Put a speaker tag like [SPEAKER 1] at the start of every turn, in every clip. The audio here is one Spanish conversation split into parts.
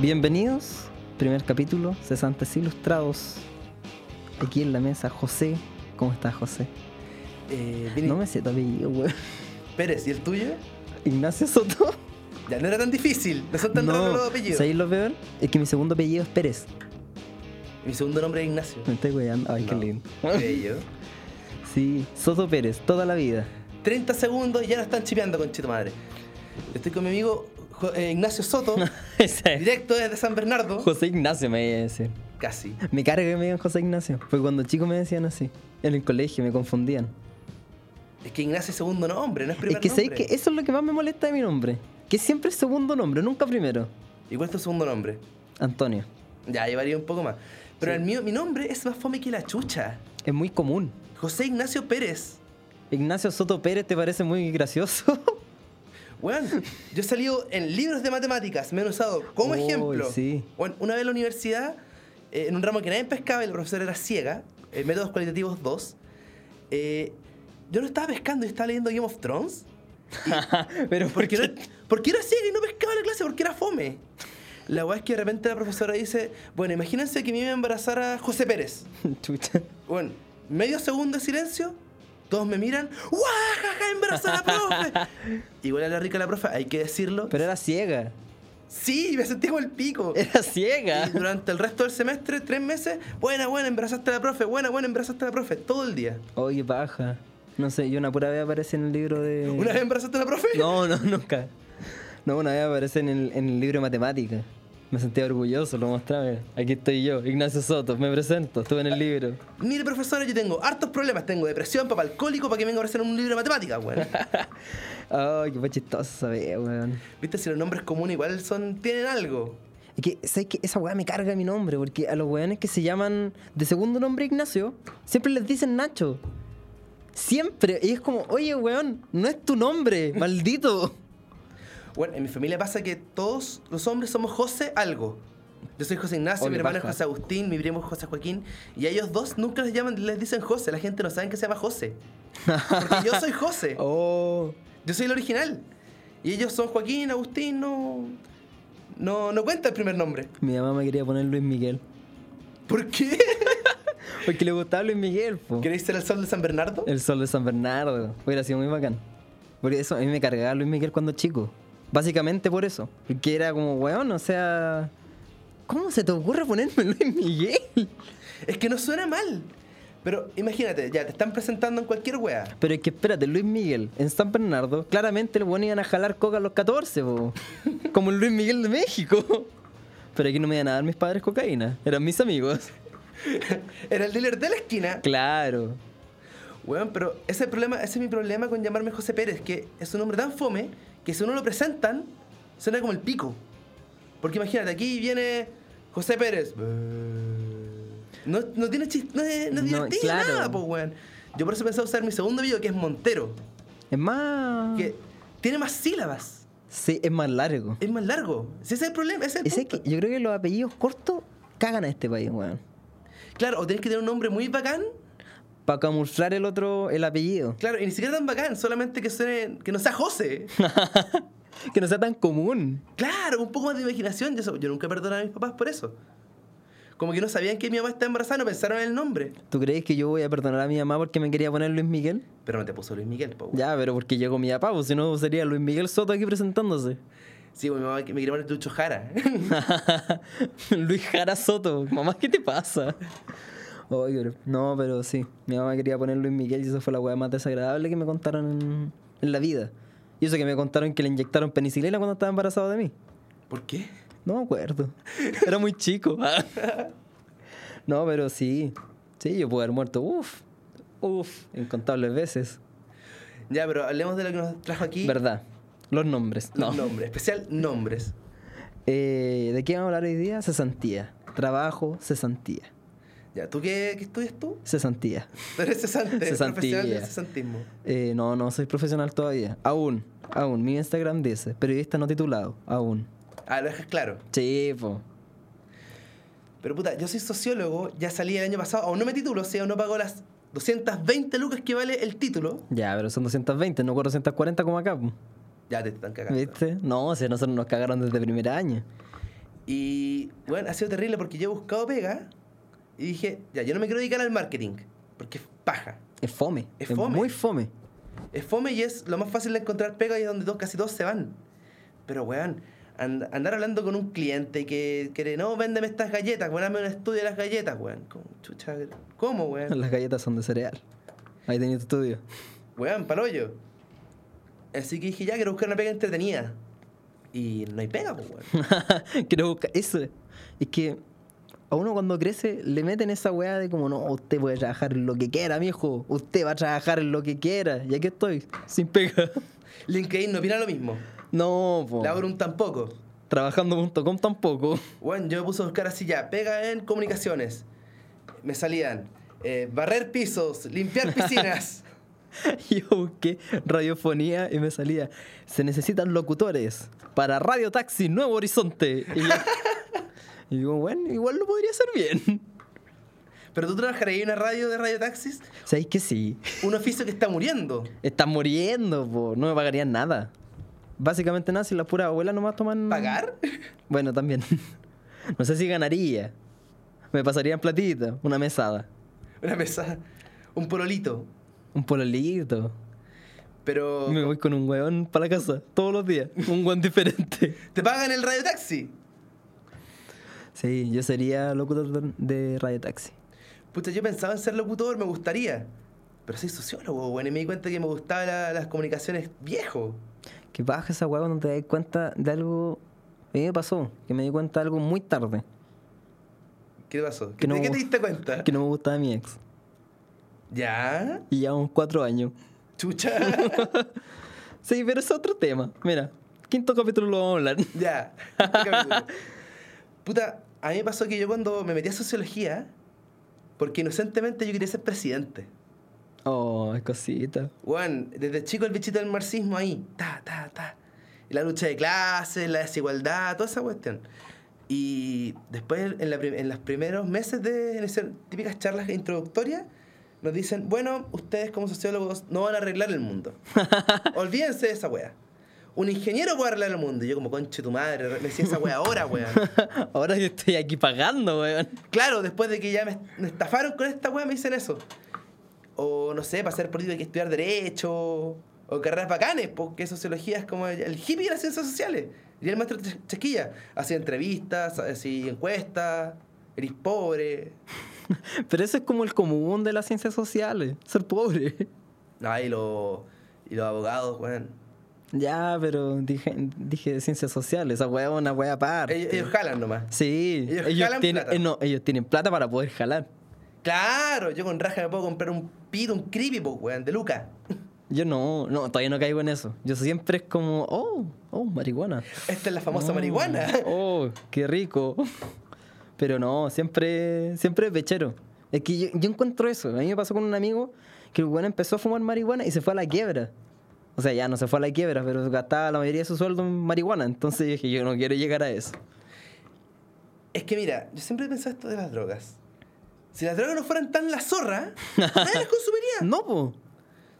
[SPEAKER 1] Bienvenidos, primer capítulo, Cesantes Ilustrados. Aquí en la mesa, José. ¿Cómo estás, José?
[SPEAKER 2] Eh,
[SPEAKER 1] No me sé tu apellido, weón.
[SPEAKER 2] Pérez, ¿y el tuyo?
[SPEAKER 1] Ignacio Soto.
[SPEAKER 2] Ya no era tan difícil, no son tan raros los apellidos.
[SPEAKER 1] ¿Sabéis lo peor? Es que mi segundo apellido es Pérez.
[SPEAKER 2] Mi segundo nombre es Ignacio.
[SPEAKER 1] Me estoy weyando. Ay, qué
[SPEAKER 2] No.
[SPEAKER 1] lindo.
[SPEAKER 2] Bello.
[SPEAKER 1] Sí, Soto Pérez, toda la vida.
[SPEAKER 2] 30 segundos y ya la están chipeando, conchito madre. Estoy con mi amigo Jo- eh, Ignacio Soto,
[SPEAKER 1] Ese es.
[SPEAKER 2] directo desde San Bernardo.
[SPEAKER 1] José Ignacio me iba a decir.
[SPEAKER 2] Casi.
[SPEAKER 1] Me carga que me digan José Ignacio. Porque cuando chico me decían así. En el colegio me confundían.
[SPEAKER 2] Es que Ignacio es segundo nombre, no es primer
[SPEAKER 1] es que sabéis
[SPEAKER 2] nombre.
[SPEAKER 1] que eso es lo que más me molesta de mi nombre. Que siempre es segundo nombre, nunca primero.
[SPEAKER 2] ¿Y cuál es tu segundo nombre?
[SPEAKER 1] Antonio.
[SPEAKER 2] Ya, ahí varía un poco más. Pero
[SPEAKER 1] Sí.
[SPEAKER 2] el mío, mi nombre es más fome que la chucha.
[SPEAKER 1] Es muy común.
[SPEAKER 2] José Ignacio Pérez.
[SPEAKER 1] Ignacio Soto Pérez te parece muy gracioso.
[SPEAKER 2] Weón, yo he salido en libros de matemáticas, me han usado como
[SPEAKER 1] Uy,
[SPEAKER 2] ejemplo.
[SPEAKER 1] sí.
[SPEAKER 2] Weón, una vez en la universidad, eh, en un ramo que nadie pescaba y la profesora era ciega, eh, métodos cualitativos 2, eh, yo no estaba pescando y estaba leyendo Game of Thrones.
[SPEAKER 1] Pero
[SPEAKER 2] Porque, no- porque era ciega y no pescaba la clase porque era fome. La weá es que de repente la profesora dice, bueno, imagínense que a mí me embarazara José Pérez.
[SPEAKER 1] Chucha.
[SPEAKER 2] Bueno, medio segundo de silencio, todos me miran, ¡guajaja, embarazó la profe! Igual a la rica la profe, hay que decirlo.
[SPEAKER 1] Pero era ciega.
[SPEAKER 2] Sí, me sentí como el pico.
[SPEAKER 1] Era ciega.
[SPEAKER 2] Y durante el resto del semestre, tres meses, buena, buena, embarazaste a la profe, buena, buena, embarazaste a la profe, todo el día.
[SPEAKER 1] Oye, paja. No sé, yo una pura vez aparece en el libro de.
[SPEAKER 2] ¿Una vez embarazaste a la profe?
[SPEAKER 1] No, no, nunca. No, una vez aparece en el, en el libro de matemáticas. Me sentía orgulloso, lo mostraba. Aquí estoy yo, Ignacio Soto, me presento, estuve en el libro.
[SPEAKER 2] Mire, profesora, yo tengo hartos problemas. Tengo depresión, papá alcohólico, para que venga a aparecer en un libro de matemáticas, weón.
[SPEAKER 1] Ay, qué fue chistoso esa wea, weón.
[SPEAKER 2] Viste, si los nombres comunes igual son, tienen algo.
[SPEAKER 1] Es que, ¿sabes qué? Esa weá me carga mi nombre, porque a los weones que se llaman de segundo nombre Ignacio, siempre les dicen Nacho. Siempre. Y es como, oye, weón, no es tu nombre, maldito.
[SPEAKER 2] Bueno, en mi familia pasa que todos los hombres somos José algo. Yo soy José Ignacio,
[SPEAKER 1] Oye,
[SPEAKER 2] mi hermano
[SPEAKER 1] baja.
[SPEAKER 2] es José Agustín, mi primo es José Joaquín, y a ellos dos nunca les llaman, les dicen José, la gente no sabe que se llama José. Porque yo soy José,
[SPEAKER 1] Oh.
[SPEAKER 2] yo soy el original. Y ellos son Joaquín, Agustín, no. No, no cuenta el primer nombre.
[SPEAKER 1] Mi mamá me quería poner Luis Miguel.
[SPEAKER 2] ¿Por qué?
[SPEAKER 1] Porque le gustaba Luis Miguel, po.
[SPEAKER 2] ¿Queréis ser el sol de San Bernardo?
[SPEAKER 1] El sol de San Bernardo. Hubiera sido muy bacán. Por eso a mí me cargaba Luis Miguel cuando chico. Básicamente por eso. Porque era como, weón, o sea. ¿Cómo se te ocurre ponerme Luis Miguel?
[SPEAKER 2] Es que no suena mal. Pero imagínate, ya te están presentando en cualquier wea.
[SPEAKER 1] Pero es que espérate, Luis Miguel en San Bernardo, claramente el weón iban a jalar coca a los 14, po. Como el Luis Miguel de México. Pero aquí no me iban a dar mis padres cocaína. Eran mis amigos.
[SPEAKER 2] Era el dealer de la esquina.
[SPEAKER 1] Claro.
[SPEAKER 2] Weón, pero ese, problema, ese es mi problema con llamarme José Pérez, que es un hombre tan fome que si uno lo presentan, suena como el pico. Porque imagínate, aquí viene José Pérez. No, no tiene chiste, no es, no
[SPEAKER 1] Eh. No,
[SPEAKER 2] es divertido
[SPEAKER 1] claro.
[SPEAKER 2] nada, pues, weón. Yo por eso pensé usar mi segundo video, que es Montero,
[SPEAKER 1] Es más.
[SPEAKER 2] que tiene más sílabas,
[SPEAKER 1] Sí, es más largo.
[SPEAKER 2] es más largo. Si ese es el problema, ese es el
[SPEAKER 1] Ese
[SPEAKER 2] punto.
[SPEAKER 1] que yo creo que los apellidos cortos cagan a este país, weón.
[SPEAKER 2] Claro, o tenés que tener un nombre muy bacán,
[SPEAKER 1] Para camuflar el otro, el apellido.
[SPEAKER 2] claro, y ni siquiera tan bacán, solamente que suene, que no sea José.
[SPEAKER 1] que no sea tan común.
[SPEAKER 2] Claro, un poco más de imaginación. Yo, yo nunca perdonaba a mis papás por eso. Como que no sabían que mi mamá estaba embarazada, no pensaron en el nombre.
[SPEAKER 1] ¿Tú crees que yo voy a perdonar a mi mamá porque me quería poner Luis Miguel?
[SPEAKER 2] Pero no te puso Luis Miguel, po. weón.
[SPEAKER 1] Ya, pero porque llegó mi papá, pues, si no sería Luis Miguel Soto aquí presentándose.
[SPEAKER 2] Sí, pues, mi mamá me quería poner Lucho Jara.
[SPEAKER 1] Luis Jara Soto, mamá, ¿qué te pasa? Oye, pero- no, pero sí, mi mamá quería poner Luis Miguel y esa fue la hueá más desagradable que me contaron en, en la vida. Y eso que me contaron que le inyectaron penicilina cuando estaba embarazado de mí.
[SPEAKER 2] ¿Por qué?
[SPEAKER 1] No me acuerdo. Era muy chico. no, pero sí. Sí, yo pude haber muerto. Uf. Uf. Incontables veces.
[SPEAKER 2] Ya, pero hablemos de lo que nos trajo aquí.
[SPEAKER 1] ¿Verdad? Los nombres. No.
[SPEAKER 2] Los nombres, especial nombres.
[SPEAKER 1] Eh, ¿De qué vamos a hablar hoy día? Cesantía. Trabajo, cesantía.
[SPEAKER 2] Ya, ¿tú qué, qué estudias tú?
[SPEAKER 1] Cesantía.
[SPEAKER 2] Tú eres cesante,
[SPEAKER 1] Cesantía.
[SPEAKER 2] profesional del cesantismo.
[SPEAKER 1] Eh, no, no soy profesional todavía. Aún. Aún. Mi Instagram dice, periodista no titulado. Aún.
[SPEAKER 2] Ah, lo dejas claro.
[SPEAKER 1] Sí, po.
[SPEAKER 2] Pero puta, yo soy sociólogo, ya salí el año pasado, aún no me titulo, o sea, aún no pago las 220 lucas que vale el título.
[SPEAKER 1] Ya, pero son 220, no 440 como acá. po.
[SPEAKER 2] Ya te están cagando.
[SPEAKER 1] ¿Viste? No, o sea, nosotros nos cagaron desde primer año.
[SPEAKER 2] Y, bueno, ha sido terrible porque yo he buscado pega y dije, ya, yo no me quiero dedicar al marketing, porque es paja.
[SPEAKER 1] Es fome.
[SPEAKER 2] Es fome.
[SPEAKER 1] muy fome.
[SPEAKER 2] Es fome y es lo más fácil de encontrar pega y es donde dos, casi todos se van. Pero, weón, and- andar hablando con un cliente que quiere, no, véndeme estas galletas, weón, hazme un estudio de las galletas, weón. Como, Chucha, ¿cómo, weón?
[SPEAKER 1] Las galletas son de cereal. Ahí tenía tu estudio.
[SPEAKER 2] Weón, palollo. Así que dije, ya, quiero buscar una pega entretenida. Y no hay pega, pues, weón.
[SPEAKER 1] Quiero buscar. Eso. Es que a uno cuando crece le meten esa weá de como, no, usted puede trabajar en lo que quiera, mijo. Usted va a trabajar en lo que quiera. Y aquí estoy, sin pega.
[SPEAKER 2] LinkedIn no opina lo mismo.
[SPEAKER 1] No, po.
[SPEAKER 2] Laborum tampoco.
[SPEAKER 1] Trabajando.com tampoco.
[SPEAKER 2] Bueno, yo me puse a buscar así ya, pega en comunicaciones. Me salían eh, barrer pisos, limpiar piscinas.
[SPEAKER 1] Yo busqué radiofonía y me salía. Se necesitan locutores para Radio Taxi Nuevo Horizonte. Y, yo- y digo, bueno, igual lo podría hacer bien.
[SPEAKER 2] Pero tú trabajarías en una radio de radio taxis,
[SPEAKER 1] ¿Sabéis que sí?
[SPEAKER 2] un oficio que está muriendo.
[SPEAKER 1] Están muriendo, po. no me pagarían nada. Básicamente nada, si las puras abuelas nomás toman.
[SPEAKER 2] ¿Pagar?
[SPEAKER 1] Bueno, también. No sé si ganaría. Me pasarían platita, una mesada,
[SPEAKER 2] Una mesa, un pololito.
[SPEAKER 1] un pololito.
[SPEAKER 2] Pero
[SPEAKER 1] Me voy con un weón para la casa todos los días, un weón diferente.
[SPEAKER 2] te pagan el radio taxi.
[SPEAKER 1] Sí, yo sería locutor de de Radio Taxi.
[SPEAKER 2] Pucha, yo pensaba en ser locutor, me gustaría. Pero soy sociólogo, bueno, y me di cuenta que me gustaban la- las comunicaciones viejo.
[SPEAKER 1] Que baja esa weá cuando te das cuenta de algo. A mí me pasó, que me di cuenta de algo muy tarde,
[SPEAKER 2] ¿Qué te pasó?
[SPEAKER 1] Que
[SPEAKER 2] ¿Qué, te-
[SPEAKER 1] no-
[SPEAKER 2] qué te diste cuenta?
[SPEAKER 1] que no me gustaba mi ex.
[SPEAKER 2] ¿Ya?
[SPEAKER 1] Y llevamos cuatro años.
[SPEAKER 2] Chucha.
[SPEAKER 1] Sí, pero es otro tema. Mira, quinto capítulo lo vamos a hablar.
[SPEAKER 2] Ya. este capítulo. Puta, a mí me pasó que yo cuando me metí a sociología, porque inocentemente yo quería ser presidente.
[SPEAKER 1] Oh, cosita.
[SPEAKER 2] Juan, desde chico el bichito del marxismo ahí, ta, ta, ta. Y La lucha de clases, la desigualdad, toda esa cuestión. Y después, en, la prim- en los primeros meses de en esas típicas charlas introductorias, nos dicen, bueno, ustedes como sociólogos no van a arreglar el mundo. Olvídense de esa wea. Un ingeniero puede arreglar el mundo. Y yo como, conche tu madre, me decía esa wea ahora, wea.
[SPEAKER 1] Ahora que estoy aquí pagando, weón.
[SPEAKER 2] Claro, después de que ya me, me estafaron con esta weá, me dicen eso. O no sé, para ser político hay que estudiar Derecho, o carreras bacanes, porque sociología es como el, el hippie de las ciencias sociales. Y el maestro Ch- Chasquilla hacía entrevistas, así encuestas, eres pobre.
[SPEAKER 1] Pero eso es como el común de las ciencias sociales, ser pobre.
[SPEAKER 2] No, y, los- y los abogados, weón.
[SPEAKER 1] Ya, pero dije, dije ciencias sociales, esa weá es una weá aparte.
[SPEAKER 2] Ellos, ellos jalan nomás.
[SPEAKER 1] sí,
[SPEAKER 2] ellos
[SPEAKER 1] ellos,
[SPEAKER 2] jalan
[SPEAKER 1] tienen,
[SPEAKER 2] plata.
[SPEAKER 1] eh, no, ellos tienen plata para poder jalar.
[SPEAKER 2] Claro, yo con raja me puedo comprar un pito, un creepy, po, weón, de Luca.
[SPEAKER 1] Yo no, no, todavía no caigo en eso. Yo siempre es como, oh, oh, marihuana.
[SPEAKER 2] Esta es la famosa
[SPEAKER 1] Oh,
[SPEAKER 2] marihuana.
[SPEAKER 1] Oh, qué rico. Pero no, siempre, siempre es pechero. Es que yo, yo encuentro eso. A mí me pasó con un amigo que el weón empezó a fumar marihuana y se fue a la quiebra. O sea, ya no se fue a la quiebra, pero gastaba la mayoría de su sueldo en marihuana. Entonces yo dije, yo no quiero llegar a eso.
[SPEAKER 2] Es que mira, yo siempre he pensado esto de las drogas. Si las drogas no fueran tan la zorra, nadie las consumiría.
[SPEAKER 1] No, po.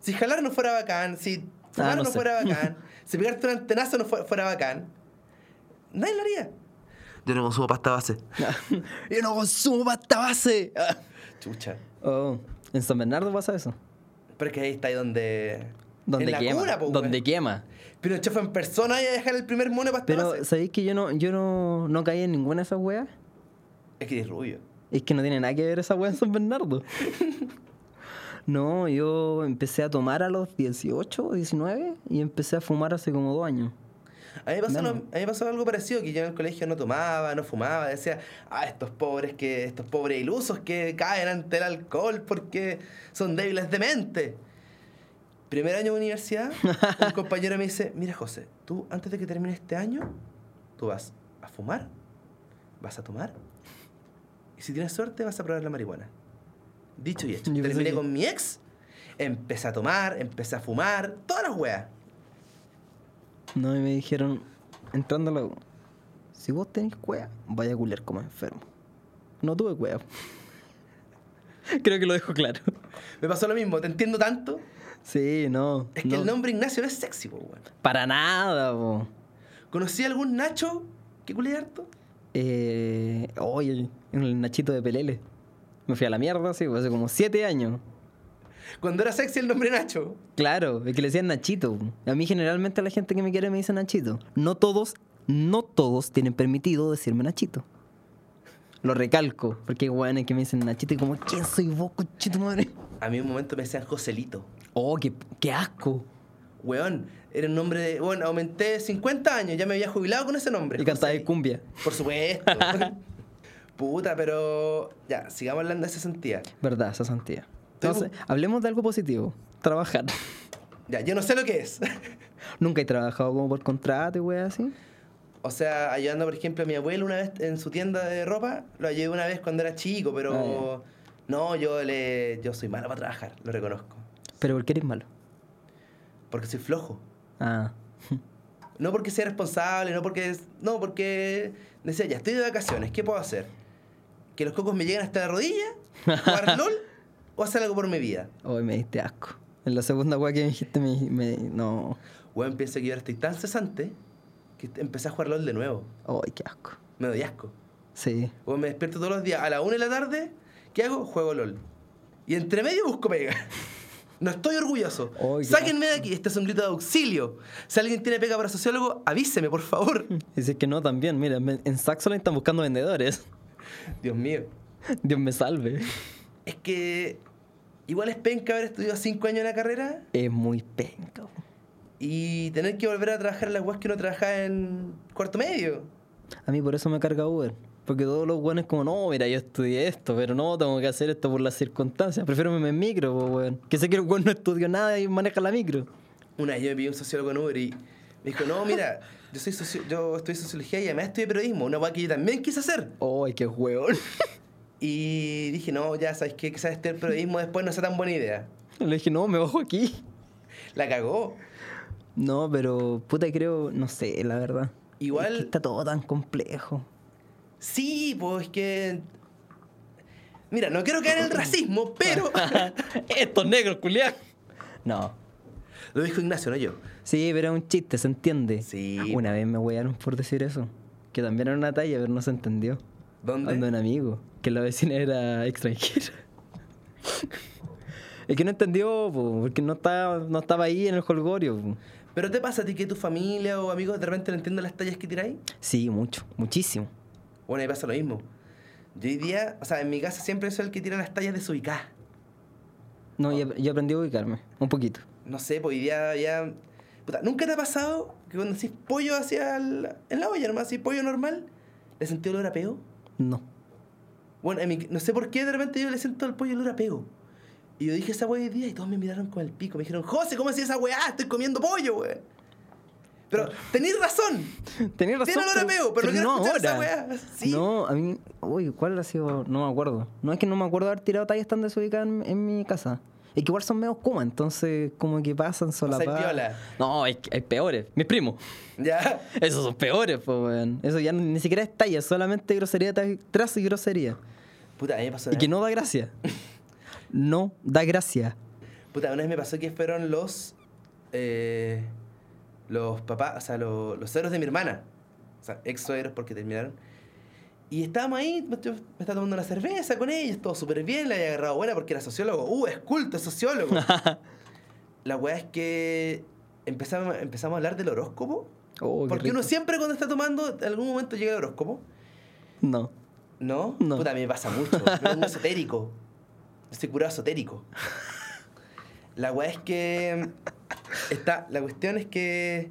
[SPEAKER 2] Si jalar no fuera bacán, si fumar
[SPEAKER 1] Ah,
[SPEAKER 2] no,
[SPEAKER 1] no sé.
[SPEAKER 2] fuera bacán, si pegarte un antenazo no fue- fuera bacán, nadie lo haría. Yo no consumo pasta base.
[SPEAKER 1] yo no consumo pasta base.
[SPEAKER 2] Chucha.
[SPEAKER 1] Oh, en San Bernardo pasa eso.
[SPEAKER 2] Pero es que ahí está ahí donde. en
[SPEAKER 1] Donde
[SPEAKER 2] la
[SPEAKER 1] quema.
[SPEAKER 2] cuna, po,
[SPEAKER 1] donde
[SPEAKER 2] weón.
[SPEAKER 1] quema.
[SPEAKER 2] Pero el fue en persona y a dejar el primer mono de pasta
[SPEAKER 1] Pero,
[SPEAKER 2] base.
[SPEAKER 1] ¿sabéis que yo no, yo no, no caí en ninguna de esas weas?
[SPEAKER 2] Es que eres rubio.
[SPEAKER 1] Es que no tiene nada que ver esa wea en San Bernardo. No, yo empecé a tomar a los 18 o 19 y empecé a fumar hace como dos años.
[SPEAKER 2] A mí, me pasó
[SPEAKER 1] No,
[SPEAKER 2] lo- a mí me pasó algo parecido, que yo en el colegio no tomaba, no fumaba, decía, ah, estos pobres que, estos pobres ilusos que caen ante el alcohol porque son débiles de mente. Primer año de universidad, un compañero me dice, mira José, tú antes de que termine este año, tú vas a fumar, vas a tomar, y si tienes suerte vas a probar la marihuana. Dicho y hecho,
[SPEAKER 1] Yo pensé
[SPEAKER 2] terminé
[SPEAKER 1] que-
[SPEAKER 2] con mi ex, empecé a tomar, empecé a fumar, todas las weas.
[SPEAKER 1] No, y me dijeron, entrando a la U, si vos tenés cueva, vaya a culiar como enfermo. No tuve cueva. Creo que lo dejo claro.
[SPEAKER 2] Me pasó lo mismo, te entiendo tanto.
[SPEAKER 1] Sí, no.
[SPEAKER 2] Es que
[SPEAKER 1] no.
[SPEAKER 2] el nombre Ignacio no es sexy, po, weón.
[SPEAKER 1] Para nada, po.
[SPEAKER 2] ¿Conocí a algún Nacho que culé harto?
[SPEAKER 1] Eh, oye, el, el Nachito de Pelele. Me fui a la mierda, sí, pues, hace como siete años.
[SPEAKER 2] Cuando era sexy el nombre Nacho.
[SPEAKER 1] Claro, es que le decían Nachito. A mí generalmente la gente que me quiere me dice Nachito. No todos, no todos tienen permitido decirme Nachito. Lo recalco, porque hay weones que me dicen Nachito y como, ¿quién soy vos, coche tu madre?
[SPEAKER 2] A mí un momento me decían Joselito.
[SPEAKER 1] Oh, qué, qué asco.
[SPEAKER 2] Weón, era un nombre de. Bueno, aumenté 50 años, ya me había jubilado con ese nombre.
[SPEAKER 1] Y cantaba de
[SPEAKER 2] Joselito.
[SPEAKER 1] cumbia.
[SPEAKER 2] Por supuesto. Puta, pero. Ya, sigamos hablando de ese sentido.
[SPEAKER 1] Verdad, esa santía. Entonces, hablemos de algo positivo. Trabajar.
[SPEAKER 2] Ya, yo no sé lo que es.
[SPEAKER 1] Nunca he trabajado como por contrato y weá así.
[SPEAKER 2] O sea, ayudando, por ejemplo, a mi abuelo una vez en su tienda de ropa, lo ayudé una vez cuando era chico,
[SPEAKER 1] Ah,
[SPEAKER 2] pero. no, yo le. Yo soy malo para trabajar, lo reconozco.
[SPEAKER 1] Pero ¿por qué eres malo?
[SPEAKER 2] Porque soy flojo.
[SPEAKER 1] Ah.
[SPEAKER 2] No porque sea responsable, no porque. es- No, porque. Decía, ya estoy de vacaciones, ¿qué puedo hacer? ¿Que los cocos me lleguen hasta la rodilla? ¿Jugar LOL? ¿O hacer algo por mi vida?
[SPEAKER 1] Hoy me diste asco. En la segunda weá que me dijiste, me, me- no.
[SPEAKER 2] Weón, pienso que yo ahora estoy tan cesante que empecé a jugar LOL de nuevo.
[SPEAKER 1] Ay, qué asco.
[SPEAKER 2] Me doy asco.
[SPEAKER 1] Sí.
[SPEAKER 2] Weón, me despierto todos los días a la 1 de la tarde. ¿Qué hago? Juego LOL. Y entre medio busco pega. No estoy orgulloso.
[SPEAKER 1] Oy, qué
[SPEAKER 2] Sáquenme de aquí. Este es un grito de auxilio. Si alguien tiene pega para sociólogo, avíseme, por favor.
[SPEAKER 1] Y si es que no, también. Mira, me- en Saxoline están buscando vendedores.
[SPEAKER 2] Dios mío.
[SPEAKER 1] Dios me salve.
[SPEAKER 2] Es que igual es penca haber estudiado 5 años en la carrera
[SPEAKER 1] Es muy penca. po.
[SPEAKER 2] y tener que volver a trabajar en las weas que uno trabajaba en cuarto medio.
[SPEAKER 1] A mí por eso me carga Uber. Porque todos los buenos como, no, mira, yo estudié esto, pero no, tengo que hacer esto por las circunstancias. Prefiero me en micro, po, weón. Que sé que el weón no estudió nada y maneja la micro.
[SPEAKER 2] Una vez yo me pidió un sociólogo en Uber y me dijo, no, mira, yo, soy socio- yo estudié sociología y además estudié periodismo, una wea que yo también quise hacer.
[SPEAKER 1] Ay, qué weón.
[SPEAKER 2] Y dije, no, ya sabes que quizás este periodismo después no sea tan buena idea.
[SPEAKER 1] Le dije, no, me bajo aquí.
[SPEAKER 2] La cagó.
[SPEAKER 1] No, pero puta, creo, no sé, la verdad.
[SPEAKER 2] Igual-
[SPEAKER 1] Es que está todo tan complejo.
[SPEAKER 2] Sí, pues que... Mira, no quiero caer en el racismo, pero...
[SPEAKER 1] Estos negros, culián. No.
[SPEAKER 2] Lo dijo Ignacio, no yo.
[SPEAKER 1] Sí, pero es un chiste, ¿se entiende?
[SPEAKER 2] Sí.
[SPEAKER 1] Una vez me huearon por decir eso. Que también era una talla, pero no se entendió.
[SPEAKER 2] ¿Dónde?
[SPEAKER 1] Cuando un amigo, que la vecina era extranjera. El que no entendió, po, porque no estaba, no estaba ahí en el holgorio. po.
[SPEAKER 2] ¿Pero te pasa a ti que tu familia o amigos de repente no entienden las tallas que tiráis?
[SPEAKER 1] Sí, mucho, muchísimo.
[SPEAKER 2] Bueno, ahí pasa lo mismo. Yo hoy día, o sea, en mi casa siempre soy el que tira las tallas desubicadas. Ah.
[SPEAKER 1] No, yo, yo aprendí a ubicarme, un poquito.
[SPEAKER 2] No sé, pues hoy día ya... Puta, ¿nunca te ha pasado que cuando hacís pollo hacia el- en la olla nomás, así pollo normal, le sentí olor a peo?
[SPEAKER 1] No.
[SPEAKER 2] Bueno, en mi- no sé por qué de repente yo le siento al pollo olor a peo. Y yo dije esa weá hoy día y todos me miraron con el pico. Me dijeron, José, ¿cómo hacías esa weá? Estoy comiendo pollo, weón. Pero tenéis razón.
[SPEAKER 1] Tenías razón.
[SPEAKER 2] Tiene olor a peo, pero no quiero escuchar esa weá. Sí.
[SPEAKER 1] No, a mí. Uy, ¿cuál ha sido? No me acuerdo. No es que no me acuerdo de haber tirado tallas tan desubicadas en, en mi casa. Es que igual son medio kuma, entonces como que pasan
[SPEAKER 2] hay
[SPEAKER 1] solapadas.
[SPEAKER 2] piola.
[SPEAKER 1] No, hay, hay peores. Mis primos.
[SPEAKER 2] Ya.
[SPEAKER 1] Esos son peores, pues, weón. Eso ya ni siquiera es talla, solamente grosería tras, tras y grosería.
[SPEAKER 2] Puta, a mí me pasó
[SPEAKER 1] Y
[SPEAKER 2] una
[SPEAKER 1] que
[SPEAKER 2] vez-
[SPEAKER 1] no da gracia. No da gracia.
[SPEAKER 2] Puta, una vez me pasó que fueron los. eh, los papás, o sea, lo- los suegros de mi hermana. O sea, ex suegros porque terminaron. Y estábamos ahí, me, estoy- me estaba tomando una cerveza con ellos, todo súper bien, la había agarrado buena porque era sociólogo. ¡Uh, es culto, es sociólogo! la weá es que empezamos, empezamos a hablar del horóscopo.
[SPEAKER 1] Oh, qué
[SPEAKER 2] porque uno
[SPEAKER 1] rico.
[SPEAKER 2] siempre cuando está tomando, en algún momento llega el horóscopo.
[SPEAKER 1] No.
[SPEAKER 2] ¿No?
[SPEAKER 1] No.
[SPEAKER 2] Puta, a mí me pasa mucho. Me pongo esotérico. Estoy curado esotérico. La weá es que. Está, la cuestión es que.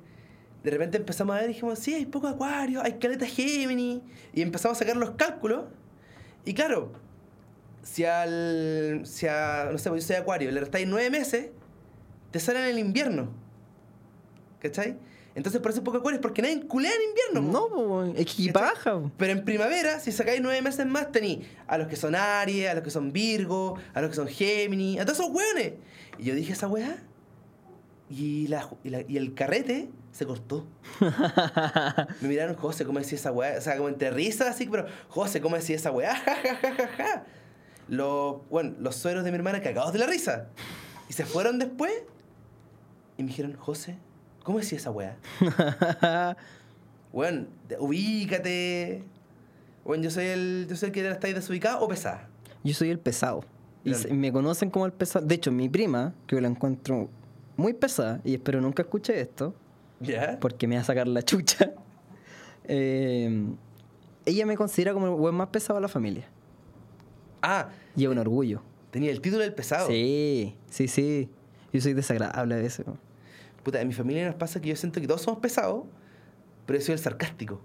[SPEAKER 2] De repente empezamos a ver y dijimos, sí, hay poco acuario, hay caleta Gemini. Y empezamos a sacar los cálculos. Y claro, si al. Si a. No sé, pues yo soy acuario, le restáis nueve meses, te salen en el invierno. ¿Cachai? Entonces por eso hay poco acuario, es porque nadie culea en invierno. po.
[SPEAKER 1] No, pues, weón. Es que
[SPEAKER 2] ¿Cachai?
[SPEAKER 1] baja. po.
[SPEAKER 2] Pero en primavera, si sacáis nueve meses más, tení a los que son Aries, a los que son Virgo, a los que son Géminis, a todos esos hueones. Y yo dije esa weá. Y, la, ju- y, la- y el carrete se cortó. Me miraron, José, ¿cómo decía esa weá? O sea, como entre risas, así, pero, José, ¿cómo decía esa weá? Ja, ja, ja, ja, ja. Los, bueno, los suegros de mi hermana cagados de la risa. Y se fueron después y me dijeron, José, ¿cómo decía esa weá? Weón, te- ubícate. Bueno, yo soy el, yo soy el que la estáis desubicada o pesada.
[SPEAKER 1] Yo soy el pesado. Y
[SPEAKER 2] Claro.
[SPEAKER 1] se- me conocen como el pesado. De hecho, mi prima, que la encuentro muy pesada, y espero nunca escuche esto,
[SPEAKER 2] ¿Ya?
[SPEAKER 1] porque me va a sacar la chucha. eh, ella me considera como el weón más pesado de la familia.
[SPEAKER 2] Ah,
[SPEAKER 1] Y es un orgullo.
[SPEAKER 2] tenía el título del pesado.
[SPEAKER 1] Sí, sí, sí. Yo soy desagradable a veces. weón.
[SPEAKER 2] Puta, en mi familia nos pasa que yo siento que todos somos pesados, pero yo soy el sarcástico.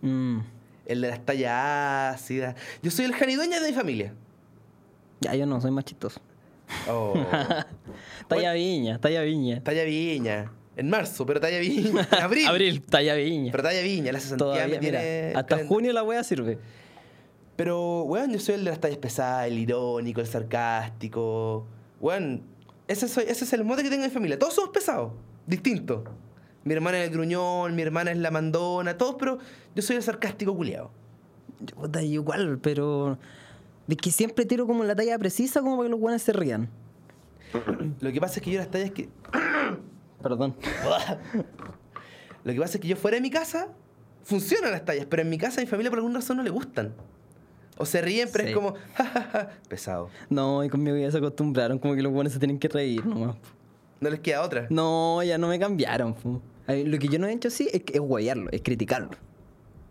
[SPEAKER 1] Mm.
[SPEAKER 2] El de las tallas ácidas. Yo soy el janidueña de mi familia.
[SPEAKER 1] Ya, yo no, soy más chistoso.
[SPEAKER 2] Oh.
[SPEAKER 1] Talla viña, talla viña.
[SPEAKER 2] talla viña. En marzo, pero talla viña. En abril.
[SPEAKER 1] Abril, talla viña.
[SPEAKER 2] Pero talla viña, la hace Santiago.
[SPEAKER 1] Todavía,
[SPEAKER 2] me
[SPEAKER 1] mira,
[SPEAKER 2] tiene
[SPEAKER 1] hasta
[SPEAKER 2] calent-
[SPEAKER 1] junio la wea sirve.
[SPEAKER 2] Pero, weón, yo soy el de las tallas pesadas, el irónico, el sarcástico. Weón, ese, soy- ese es el mote que tengo en mi familia. Todos somos pesados, distintos. Mi hermana es el gruñón, mi hermana es la mandona, todos, pero yo soy el sarcástico culiado.
[SPEAKER 1] Yo, puta, yo igual, pero. De que siempre tiro como la talla precisa, como para que los buenos se rían.
[SPEAKER 2] Lo que pasa es que yo las tallas que.
[SPEAKER 1] Perdón.
[SPEAKER 2] Lo que pasa es que yo fuera de mi casa funcionan las tallas, pero en mi casa a mi familia por alguna razón no le gustan. O se ríen, pero
[SPEAKER 1] Sí.
[SPEAKER 2] es como, ja, ja, ja, pesado.
[SPEAKER 1] No, y conmigo ya se acostumbraron, como que los buenos se tienen que reír nomás. po.
[SPEAKER 2] No les queda otra.
[SPEAKER 1] No, ya no me cambiaron. po. A ver, Lo que yo no he hecho sí es, es guayarlo, es criticarlo.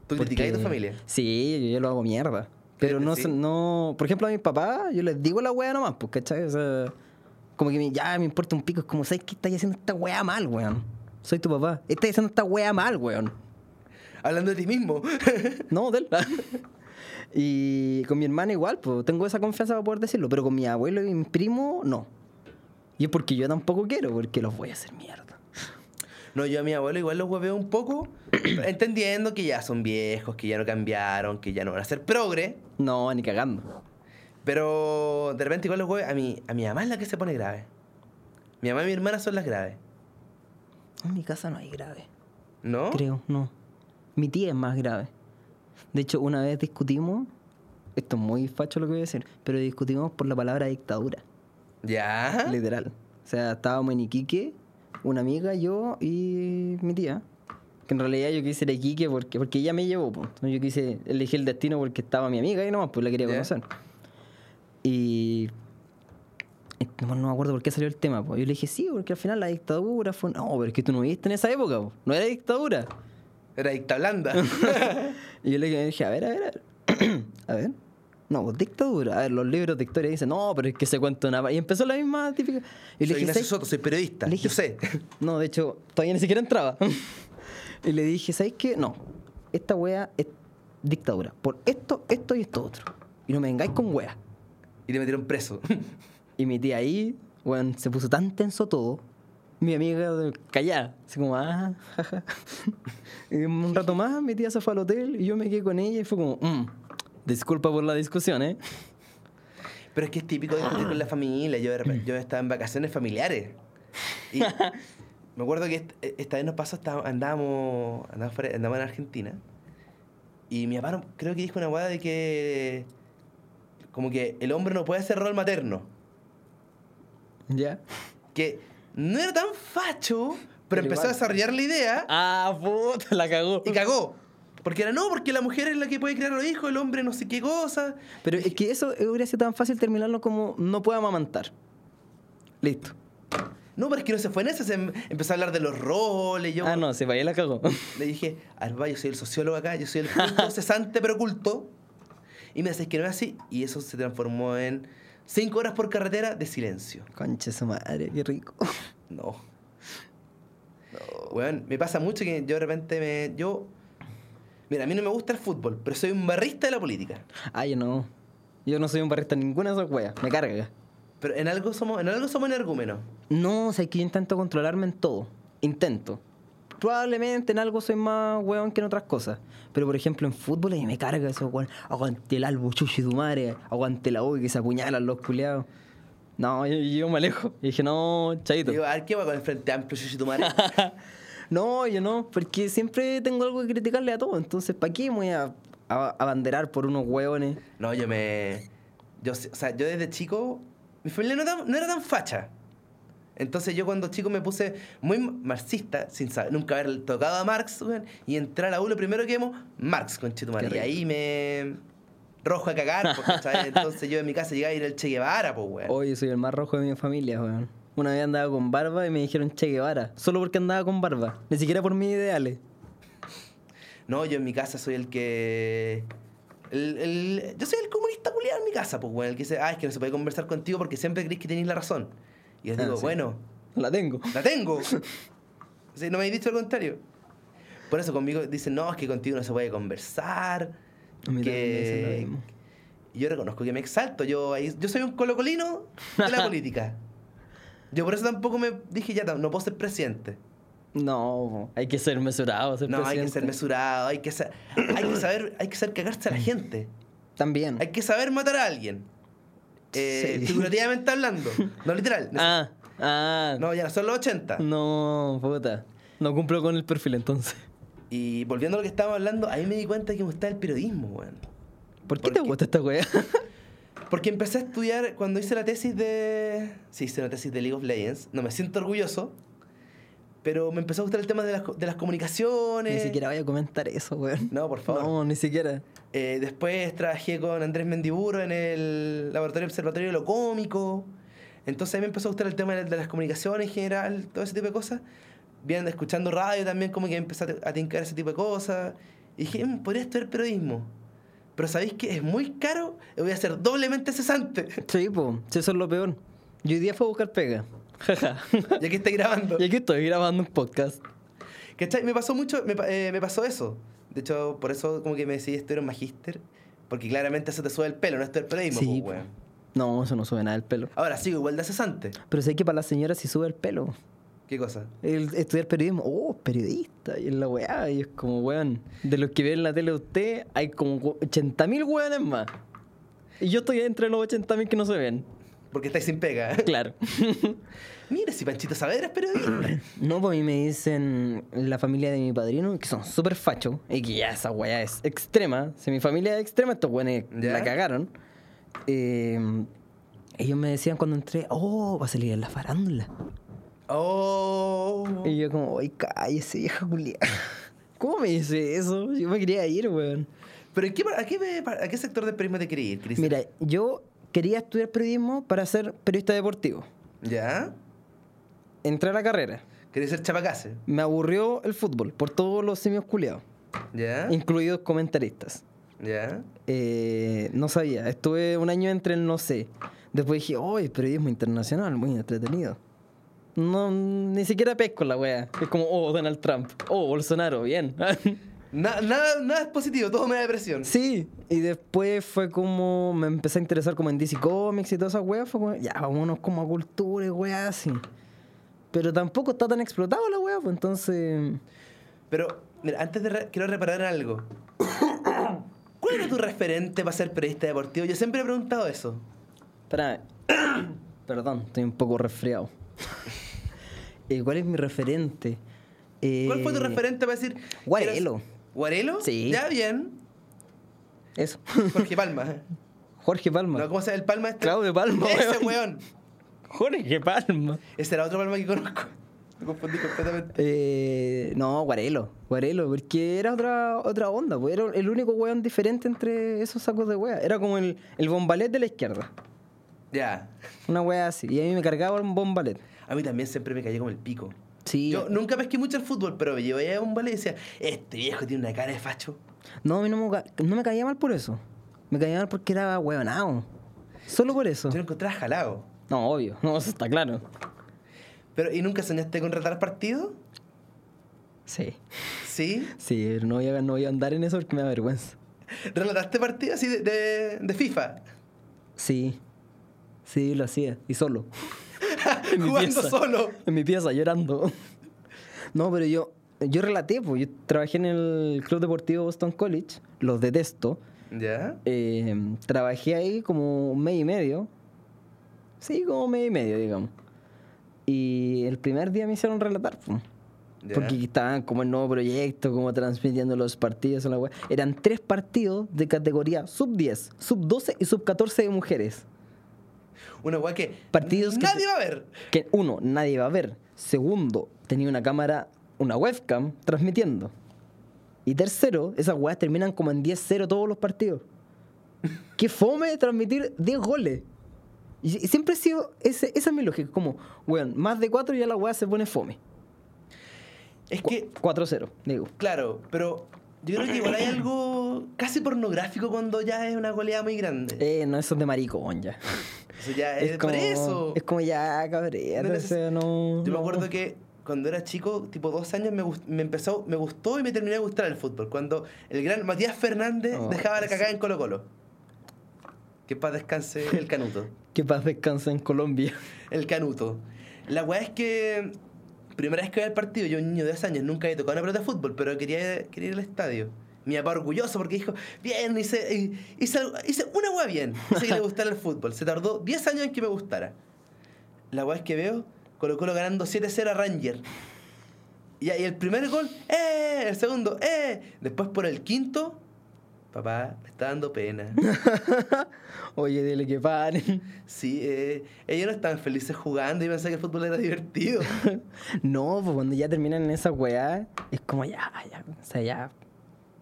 [SPEAKER 2] Tú criticas a tu
[SPEAKER 1] Porque-
[SPEAKER 2] familia.
[SPEAKER 1] Sí, yo ya lo hago mierda. Pero no,
[SPEAKER 2] sí?
[SPEAKER 1] se- no. Por ejemplo, a mis papás, yo les digo la wea nomás, pues, ¿cachai? O sea, como que me- ya me importa un pico, es como, ¿sabes qué estás haciendo esta wea mal, weón? Soy tu papá. Estás haciendo esta wea mal, weón.
[SPEAKER 2] Hablando de ti mismo.
[SPEAKER 1] No, de él. y con mi hermana igual, pues tengo esa confianza para poder decirlo, pero con mi abuelo y mi primo, no. Y es porque yo tampoco quiero, porque los voy a hacer mierda.
[SPEAKER 2] No, yo a mi abuelo igual los hueveo un poco, entendiendo que ya son viejos, que ya no cambiaron, que ya no van a ser progre,
[SPEAKER 1] No, ni cagando.
[SPEAKER 2] pero de repente igual los hueveo. A mi, a mi mamá es la que se pone grave. Mi mamá y mi hermana son las graves,
[SPEAKER 1] En mi casa no hay grave.
[SPEAKER 2] ¿no?
[SPEAKER 1] Creo, no. Mi tía es más grave. De hecho, una vez discutimos, esto es muy facho lo que voy a decir, pero discutimos por la palabra dictadura,
[SPEAKER 2] Ya.
[SPEAKER 1] literal. O sea, estábamos en Iquique, una amiga, yo y mi tía. Que en realidad yo quise ir a Iquique porque, porque ella me llevó. po. Entonces Yo quise elegir el destino porque estaba mi amiga y nomás, pues la quería
[SPEAKER 2] Ya.
[SPEAKER 1] conocer. Y eh, No, no me acuerdo por qué salió el tema. po. Yo le dije, sí, porque al final la dictadura fue... No, pero es que tú no viviste en esa época. po. No era dictadura.
[SPEAKER 2] Era dicta blanda.
[SPEAKER 1] Y yo le dije, a ver, a ver, a ver. a ver. No, pues dictadura. A ver, los libros de historia dicen, no, pero es que se cuenta una... pa-". Y empezó la misma típica... Y
[SPEAKER 2] soy Ignacio
[SPEAKER 1] "¿Sabes
[SPEAKER 2] Soto, soy periodista,
[SPEAKER 1] le dije-
[SPEAKER 2] yo sé.
[SPEAKER 1] No, de hecho, todavía ni siquiera entraba. y le dije, ¿sabes qué? No, esta wea es dictadura. Por esto, esto y esto otro. Y no me vengáis con wea.
[SPEAKER 2] Y le metieron preso.
[SPEAKER 1] Y mi tía ahí, weón, se puso tan tenso todo. Mi amiga de- callada, así como, ah, jaja. Y un rato más, mi tía se fue al hotel y yo me quedé con ella y fue como, "Mm, disculpa por la discusión, ¿eh?
[SPEAKER 2] Pero es que es típico discutir con la familia. Yo, de repente- yo estaba en vacaciones familiares. Y me acuerdo que est- eh, esta vez nos pasó, está- andábamos, andábamos, fuera- andábamos en Argentina. Y mi papá no- creo que dijo una guada de que. Como que el hombre no puede hacer rol materno.
[SPEAKER 1] Ya.
[SPEAKER 2] Que no era tan facho,
[SPEAKER 1] Pero
[SPEAKER 2] pero, empezó
[SPEAKER 1] igual.
[SPEAKER 2] a desarrollar la idea
[SPEAKER 1] Ah, puta, la cagó.
[SPEAKER 2] y cagó. Porque era no, porque la mujer es la que puede criar a los hijos, el hombre no sé qué cosa.
[SPEAKER 1] Pero es que eso eh, hubiera sido tan fácil terminarlo como, no puedo amamantar. Listo.
[SPEAKER 2] No, pero es que no se fue en eso. se em- empezó a hablar de los roles. Yo,
[SPEAKER 1] Ah, no, se vaya la cagó.
[SPEAKER 2] Le dije, Arba, yo soy el sociólogo acá, yo soy el culto cesante pero culto. Y me decís que no es así. Y eso se transformó en cinco horas por carretera de silencio.
[SPEAKER 1] Concha su madre, qué rico.
[SPEAKER 2] No. No. Weón, me pasa mucho que yo de repente me. Yo. Mira, a mí no me gusta el fútbol, pero soy un barrista de la política.
[SPEAKER 1] Ah, yo no. Yo no soy un barrista en ninguna de esas weas. Me carga.
[SPEAKER 2] Pero en algo somos, en algo somos energúmenos.
[SPEAKER 1] No, o sea, que yo intento controlarme en todo. Intento. Probablemente en algo soy más weón que en otras cosas. Pero por ejemplo en fútbol a mí me carga eso, weón. Aguante el albo, chuchi tu madre. Aguante la hoy que se apuñalan los culeados. No, yo, yo me alejo. Y dije, no, chaito.
[SPEAKER 2] Digo, a ver qué va con el frente amplio, yo soy tu madre.
[SPEAKER 1] no, yo no, porque siempre tengo algo que criticarle a todo. Entonces, ¿para qué me voy a, a abanderar por unos hueones?
[SPEAKER 2] No, yo me. Yo, sé- o sea, yo desde chico. Mi familia no, tan- no era tan facha. Entonces yo cuando chico me puse muy marxista, sin saber, nunca haber tocado a Marx, weón, y entrar a la U lo primero que vemos, Marx, con
[SPEAKER 1] Qué
[SPEAKER 2] Y
[SPEAKER 1] rico.
[SPEAKER 2] ahí me rojo a cagar, porque, ¿cachai? Entonces yo en mi casa llegaba a ir al Che Guevara, pues, weón.
[SPEAKER 1] Oye, soy el más rojo de mi familia, weón. Una vez andaba con barba y me dijeron Che Guevara. Solo porque andaba con barba. Ni siquiera por mis ideales.
[SPEAKER 2] No, yo en mi casa soy el que. el- el- yo soy el comunista culiado en mi casa, pues, weón. El que dice, ah, es que no se puede conversar contigo porque siempre crees que tenéis la razón. Y yo
[SPEAKER 1] Ah,
[SPEAKER 2] digo,
[SPEAKER 1] sí.
[SPEAKER 2] bueno,
[SPEAKER 1] La tengo.
[SPEAKER 2] la tengo. O sea, no me habéis dicho lo contrario. Por eso conmigo dicen, no, es que contigo no se puede conversar.
[SPEAKER 1] A mí también me dicen lo
[SPEAKER 2] que...
[SPEAKER 1] mismo.
[SPEAKER 2] Y yo reconozco que me exalto. Yo, ahí- yo soy un colocolino de la política. Yo por eso tampoco me dije, ya, no puedo ser presidente.
[SPEAKER 1] No, hay que ser mesurado. Ser
[SPEAKER 2] no, hay que
[SPEAKER 1] presidente.
[SPEAKER 2] ser mesurado, hay que, sa- hay que saber, hay que saber cagarse a la gente.
[SPEAKER 1] También.
[SPEAKER 2] Hay que saber matar a alguien. Eh,
[SPEAKER 1] Sí.
[SPEAKER 2] Figurativamente hablando. No literal.
[SPEAKER 1] Ah, ah.
[SPEAKER 2] No, ya no son los 80.
[SPEAKER 1] No, puta. No cumplo con el perfil entonces.
[SPEAKER 2] Y volviendo a lo que estábamos hablando, ahí me di cuenta que me gustaba el periodismo, weón.
[SPEAKER 1] ¿Por qué
[SPEAKER 2] ¿Por
[SPEAKER 1] te
[SPEAKER 2] qué?
[SPEAKER 1] gusta esta weá?
[SPEAKER 2] Porque empecé a estudiar cuando hice la tesis de. Sí, hice una tesis de League of Legends. No me siento orgulloso. Pero me empezó a gustar el tema de las, co- de las comunicaciones.
[SPEAKER 1] ni siquiera voy a comentar eso, weón.
[SPEAKER 2] No, por favor.
[SPEAKER 1] No, ni siquiera.
[SPEAKER 2] Eh, después trabajé con Andrés Mendiburo en el Laboratorio Observatorio de lo Cómico. Entonces ahí me empezó a gustar el tema de de las comunicaciones en general, todo ese tipo de cosas. Bien, escuchando radio también, como que empecé a ti- a tincar ese tipo de cosas. Y dije, "Mm, podría estudiar periodismo. Pero ¿sabéis que es muy caro? Voy a ser doblemente cesante.
[SPEAKER 1] Sí, po. Sí, eso es lo peor. Yo hoy día fui a buscar pega. Jaja.
[SPEAKER 2] ya que estoy grabando.
[SPEAKER 1] y aquí estoy grabando un podcast.
[SPEAKER 2] ¿Cachai? Me pasó mucho, me, pa- eh, me pasó eso. De hecho, por eso como que me decidí estudiar un magíster. Porque claramente eso te sube el pelo, no es estudiar periodismo,
[SPEAKER 1] Sí,
[SPEAKER 2] pues,
[SPEAKER 1] po.
[SPEAKER 2] weón.
[SPEAKER 1] No, eso no sube nada el pelo.
[SPEAKER 2] Ahora sigo igual de cesante.
[SPEAKER 1] Pero sé que para la señora sí sube el pelo.
[SPEAKER 2] ¿Qué cosa?
[SPEAKER 1] El estudiar periodismo, oh, periodista, y es la weá, y es como, weón, de los que ven en la tele usted, hay como 80.000 weones más. Y yo estoy entre los 80.000 que no se ven.
[SPEAKER 2] Porque estáis sin pega.
[SPEAKER 1] Claro.
[SPEAKER 2] Mira, si Panchito Saavedra es periodista.
[SPEAKER 1] No, pues a mí me dicen la familia de mi padrino, que son súper fachos, y que ya esa weá es extrema. Si mi familia es extrema, estos weones
[SPEAKER 2] ¿Ya?
[SPEAKER 1] la cagaron. Eh, ellos me decían cuando entré, oh, va a salir en la farándula.
[SPEAKER 2] Oh.
[SPEAKER 1] Y yo como, ay, cállese, vieja culia. ¿Cómo me dice eso? Yo me quería ir, weón.
[SPEAKER 2] ¿Pero en qué, par- a, qué, me- par- a qué sector del periodismo te quería ir, Cris?
[SPEAKER 1] Mira, yo quería estudiar periodismo para ser periodista deportivo.
[SPEAKER 2] ¿Ya?
[SPEAKER 1] Entré a la carrera.
[SPEAKER 2] Quería ser chapacase.
[SPEAKER 1] Me aburrió el fútbol por todos los simios culiados,
[SPEAKER 2] ¿Ya?
[SPEAKER 1] incluidos comentaristas.
[SPEAKER 2] ¿Ya?
[SPEAKER 1] Eh, no sabía, estuve un año entre el no sé. Después dije, oh, es periodismo internacional, muy entretenido. No, ni siquiera pesco la wea. Es como, oh, Donald Trump, oh, Bolsonaro, bien.
[SPEAKER 2] Na- nada, nada es positivo, todo me da depresión.
[SPEAKER 1] Sí, y después fue como me empecé a interesar como en DC Comics y todas esas weas. Fue como, ya, vámonos como a cultura y weas así. Pero tampoco está tan explotado la wea, pues entonces.
[SPEAKER 2] Pero, mira, antes de. re- quiero reparar en algo. ¿Cuál era tu referente para ser periodista deportivo? Yo siempre he preguntado eso.
[SPEAKER 1] Espera, perdón, estoy un poco resfriado. Eh, ¿Cuál es mi referente? Eh,
[SPEAKER 2] ¿Cuál fue tu referente para decir.
[SPEAKER 1] Guarelo.
[SPEAKER 2] quiero ser- ¿Guarelo?
[SPEAKER 1] Sí.
[SPEAKER 2] Ya, bien.
[SPEAKER 1] Eso.
[SPEAKER 2] Jorge Palma.
[SPEAKER 1] Jorge Palma.
[SPEAKER 2] No, ¿Cómo se llama el Palma? Este?
[SPEAKER 1] Claudio Palma, weón.
[SPEAKER 2] Ese weón.
[SPEAKER 1] Jorge Palma.
[SPEAKER 2] Ese Este era otro palma que conozco. Me confundí completamente.
[SPEAKER 1] Eh, no, Guarelo. Guarelo, porque era otra, otra onda, pues era el único weón diferente entre esos sacos de wea. Era como el, el bombalet de la izquierda.
[SPEAKER 2] Ya.
[SPEAKER 1] Una wea así. Y a mí me cargaba un bombalet.
[SPEAKER 2] A mí también siempre me cayó como el pico.
[SPEAKER 1] Sí.
[SPEAKER 2] Yo nunca pesqué mucho el fútbol, pero me llevé a un vale y decía, este viejo tiene una cara de facho.
[SPEAKER 1] No, a mí no me, ca- no me caía mal por eso. Me caía mal porque era weonado. Solo por eso.
[SPEAKER 2] Yo lo encontraba jalado.
[SPEAKER 1] No, obvio. No, eso está claro.
[SPEAKER 2] Pero, ¿y nunca soñaste con retar partido?
[SPEAKER 1] Sí.
[SPEAKER 2] Sí.
[SPEAKER 1] Sí, pero no voy a, no voy a andar en eso porque me da vergüenza.
[SPEAKER 2] ¿Relataste partido así de, de- de FIFA?
[SPEAKER 1] Sí. Sí, lo hacía. Y solo. En mi
[SPEAKER 2] Jugando
[SPEAKER 1] pieza.
[SPEAKER 2] solo.
[SPEAKER 1] En mi pieza llorando. No, pero yo, yo relaté, pues. Yo trabajé en el Club Deportivo Boston College. Los detesto.
[SPEAKER 2] ¿Ya?
[SPEAKER 1] Eh, trabajé ahí como un mes y medio. Sí, como un mes y medio, digamos. Y el primer día me hicieron relatar, pues.
[SPEAKER 2] ¿Ya?
[SPEAKER 1] Porque estaban como el nuevo proyecto, como transmitiendo los partidos. en La web. Eran tres partidos de categoría sub 10, sub 12 y sub 14 de mujeres.
[SPEAKER 2] Una weá que
[SPEAKER 1] Partidos que-
[SPEAKER 2] nadie va a ver.
[SPEAKER 1] Que uno, nadie va a ver. Segundo, tenía una cámara, una webcam transmitiendo. Y tercero, esas weas terminan como en 10-0 todos los partidos. Qué fome transmitir 10 goles. Y y siempre ha sido, ese- esa es mi lógica, como, weón, más de 4 ya la wea se pone fome.
[SPEAKER 2] Es
[SPEAKER 1] Cu-
[SPEAKER 2] que
[SPEAKER 1] 4-0, digo.
[SPEAKER 2] Claro, pero yo creo que igual hay algo casi pornográfico cuando ya es una goleada muy grande.
[SPEAKER 1] Eh, no, eso es de maricón ya.
[SPEAKER 2] Eso ya es, Eh, por eso.
[SPEAKER 1] Es como ya, cabrera,
[SPEAKER 2] No
[SPEAKER 1] no,
[SPEAKER 2] neces-
[SPEAKER 1] no.
[SPEAKER 2] Yo me
[SPEAKER 1] no.
[SPEAKER 2] acuerdo que cuando era chico, tipo dos años, me, gust- me empezó, me gustó y me terminó de gustar el fútbol. Cuando el gran Matías Fernández
[SPEAKER 1] Oh,
[SPEAKER 2] dejaba la cagada en Colo Colo. Que paz descanse el canuto.
[SPEAKER 1] Que paz descansa en Colombia.
[SPEAKER 2] El canuto. La weá es que. Primera vez que voy al partido, yo un niño de 10 años, nunca había tocado una pelota de fútbol, pero quería, quería ir al estadio. Mi papá orgulloso porque dijo, bien, hice, eh, hice, algo- hice una weá bien. Hice que le gustara el fútbol. Se tardó 10 años en que me gustara. La weá es que veo, Colo Colo ganando 7-0 a Ranger. Y, ahí el primer gol, ¡eh! El segundo, ¡eh! Después por el quinto, papá, me está dando pena.
[SPEAKER 1] Oye, dile que paren.
[SPEAKER 2] Sí, eh, ellos no estaban felices jugando y pensaban que el fútbol era divertido.
[SPEAKER 1] No, pues cuando ya terminan en esa weá, es como ya, ya, o sea, ya.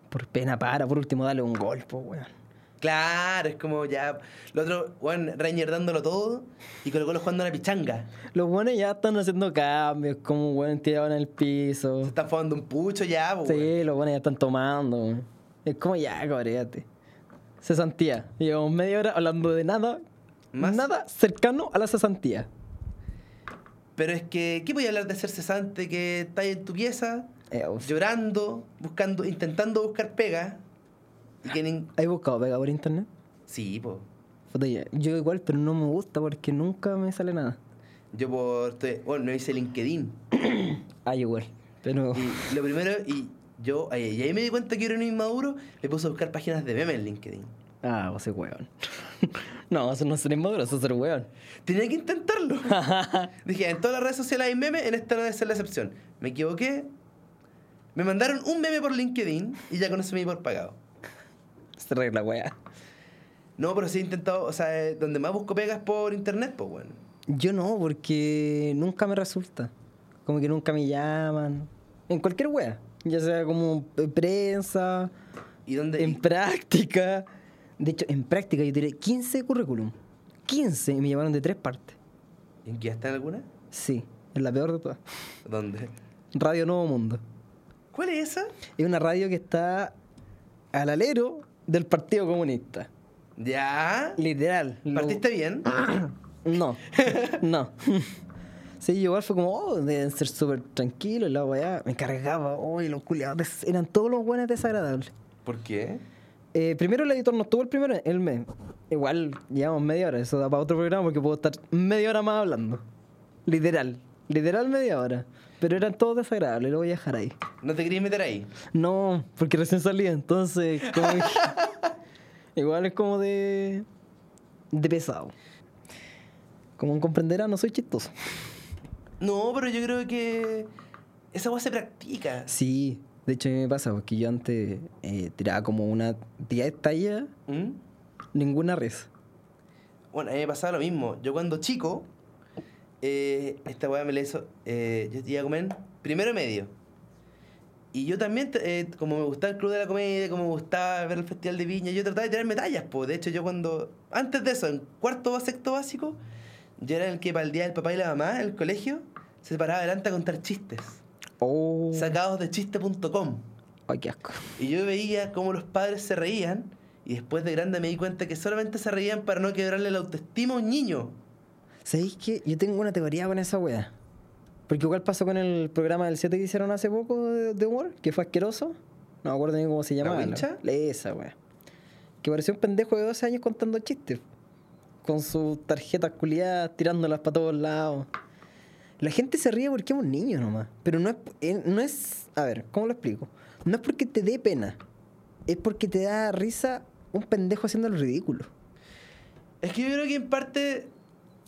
[SPEAKER 1] Por pena para, por último dale un gol, pues weón.
[SPEAKER 2] Claro, es como ya. Lo otro, Juan Ranger dándolo todo y Colo Colo jugando a la pichanga.
[SPEAKER 1] Los buenos ya están haciendo cambios, como weón tiraban en el
[SPEAKER 2] Se
[SPEAKER 1] piso.
[SPEAKER 2] están fumando un pucho ya, po, weón.
[SPEAKER 1] Sí, los buenos ya están tomando. weón. Es como ya, cabreate. Cesantía. Llevamos media hora hablando de nada.
[SPEAKER 2] Más.
[SPEAKER 1] Nada cercano a la cesantía.
[SPEAKER 2] Pero es que, ¿qué voy a hablar de ser cesante que está ahí en tu pieza,
[SPEAKER 1] Eh, uf.
[SPEAKER 2] llorando, buscando, intentando buscar pega? Y que nin-
[SPEAKER 1] ¿Has buscado pega por internet?
[SPEAKER 2] Sí, po.
[SPEAKER 1] Puta, ya, Yo igual, pero no me gusta porque nunca me sale nada.
[SPEAKER 2] Yo por. estoy- Bueno, no hice LinkedIn.
[SPEAKER 1] Ah, yo igual. Pero.
[SPEAKER 2] Y lo primero, y yo. ay, ay, Y ahí me di cuenta que era un inmaduro, me puse a buscar páginas de meme en LinkedIn.
[SPEAKER 1] Ah, vos sos weón. no, eso no es ser inmaduro, eso es ser weón.
[SPEAKER 2] Tenía que intentarlo. Dije, en todas las redes sociales hay memes, en esta no debe ser la excepción. Me equivoqué. Me mandaron un meme por LinkedIn y ya con eso me di por pagado.
[SPEAKER 1] Se regla, weá.
[SPEAKER 2] No, pero sí he intentado, o sea, eh, donde más busco pegas por internet, pues bueno.
[SPEAKER 1] Yo no, porque nunca me resulta. Como que nunca me llaman. En cualquier wea. Ya sea como en prensa,
[SPEAKER 2] ¿Y dónde?
[SPEAKER 1] en práctica. De hecho, en práctica yo tiré 15 currículum. 15 y me llamaron de tres partes.
[SPEAKER 2] ¿En qué está en alguna?
[SPEAKER 1] Sí, es la peor de todas.
[SPEAKER 2] ¿Dónde?
[SPEAKER 1] Radio Nuevo Mundo.
[SPEAKER 2] ¿Cuál es esa?
[SPEAKER 1] Es una radio que está al alero del Partido Comunista.
[SPEAKER 2] Ya.
[SPEAKER 1] Literal. lo-
[SPEAKER 2] ¿Partiste bien?
[SPEAKER 1] No, no. Sí, yo igual fue como, oh, deben ser súper tranquilos, la weá. Me cargaba, oh, y los culiados des- eran todos los buenos desagradables.
[SPEAKER 2] ¿Por qué?
[SPEAKER 1] Eh, primero el editor no estuvo el primero, el mes. Igual llevamos media hora, eso da para otro programa porque puedo estar media hora más hablando. Literal, literal media hora. Pero eran todos desagradables, lo voy a dejar ahí.
[SPEAKER 2] ¿No te querías meter ahí?
[SPEAKER 1] No, porque recién salí, entonces. como que- igual es como de. de pesado. Como comprenderán, no soy chistoso.
[SPEAKER 2] No, pero yo creo que esa voz se practica.
[SPEAKER 1] Sí, de hecho a mí me pasa, porque yo antes eh, tiraba como una 10 tallas,
[SPEAKER 2] ¿Mm?
[SPEAKER 1] ninguna res.
[SPEAKER 2] Bueno, a mí me pasaba lo mismo. Yo cuando chico, eh, esta weá me la hizo. eh, yo iba a comer primero medio. Y yo también, eh, como me gustaba el Club de la Comedia, como me gustaba ver el Festival de Viña, yo trataba de tirarme tallas, pues. De hecho, yo cuando. Antes de eso, en cuarto o sexto básico, yo era el que para el día del papá y la mamá, en el colegio, se paraba adelante a contar chistes.
[SPEAKER 1] Oh,
[SPEAKER 2] Sacados de chiste.com.
[SPEAKER 1] ay, qué asco.
[SPEAKER 2] Y yo veía cómo los padres se reían. Y después de grande me di cuenta que solamente se reían para no quebrarle la autoestima a un niño.
[SPEAKER 1] ¿Sabéis qué? Yo tengo una teoría con esa wea. Porque igual pasó con el programa del 7 que hicieron hace poco de, de humor, que fue asqueroso. No me acuerdo ni cómo se
[SPEAKER 2] ¿La
[SPEAKER 1] llamaba.
[SPEAKER 2] wincha?
[SPEAKER 1] Esa wea. Que pareció un pendejo de 12 años contando chistes. Con sus tarjetas culiadas, tirándolas para todos lados. La gente se ríe porque es un niño nomás. Pero no es, eh, no es. A ver, ¿cómo lo explico? No es porque te dé pena. Es porque te da risa un pendejo haciendo lo ridículo.
[SPEAKER 2] Es que yo creo que en parte,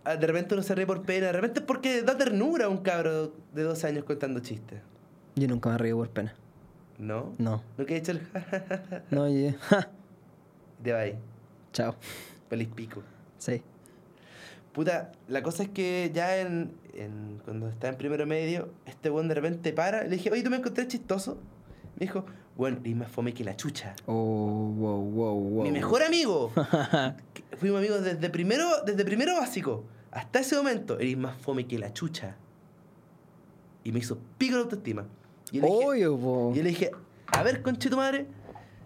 [SPEAKER 2] ah, de repente uno se ríe por pena, de repente es porque da ternura a un cabro de 12 años contando chistes,
[SPEAKER 1] Yo nunca me río por pena.
[SPEAKER 2] ¿no?
[SPEAKER 1] No.
[SPEAKER 2] Nunca he hecho el jajaja
[SPEAKER 1] No, yo. ja,
[SPEAKER 2] y te va ahí,
[SPEAKER 1] Chao.
[SPEAKER 2] feliz pico.
[SPEAKER 1] Sí.
[SPEAKER 2] Puta, la cosa es que ya en, en- cuando estaba en primero medio, este weón de repente para. Le dije, oye, ¿tú me encontré chistoso? Me dijo, bueno, y más fome que la chucha.
[SPEAKER 1] Oh, wow, wow, wow.
[SPEAKER 2] Mi mejor amigo. que Fuimos amigos desde primero, desde primero básico. Hasta ese momento, eres más fome que la chucha. Y me hizo pico la autoestima. Y yo le dije,
[SPEAKER 1] Obvio, po.
[SPEAKER 2] y yo le dije, a ver, conche tu madre,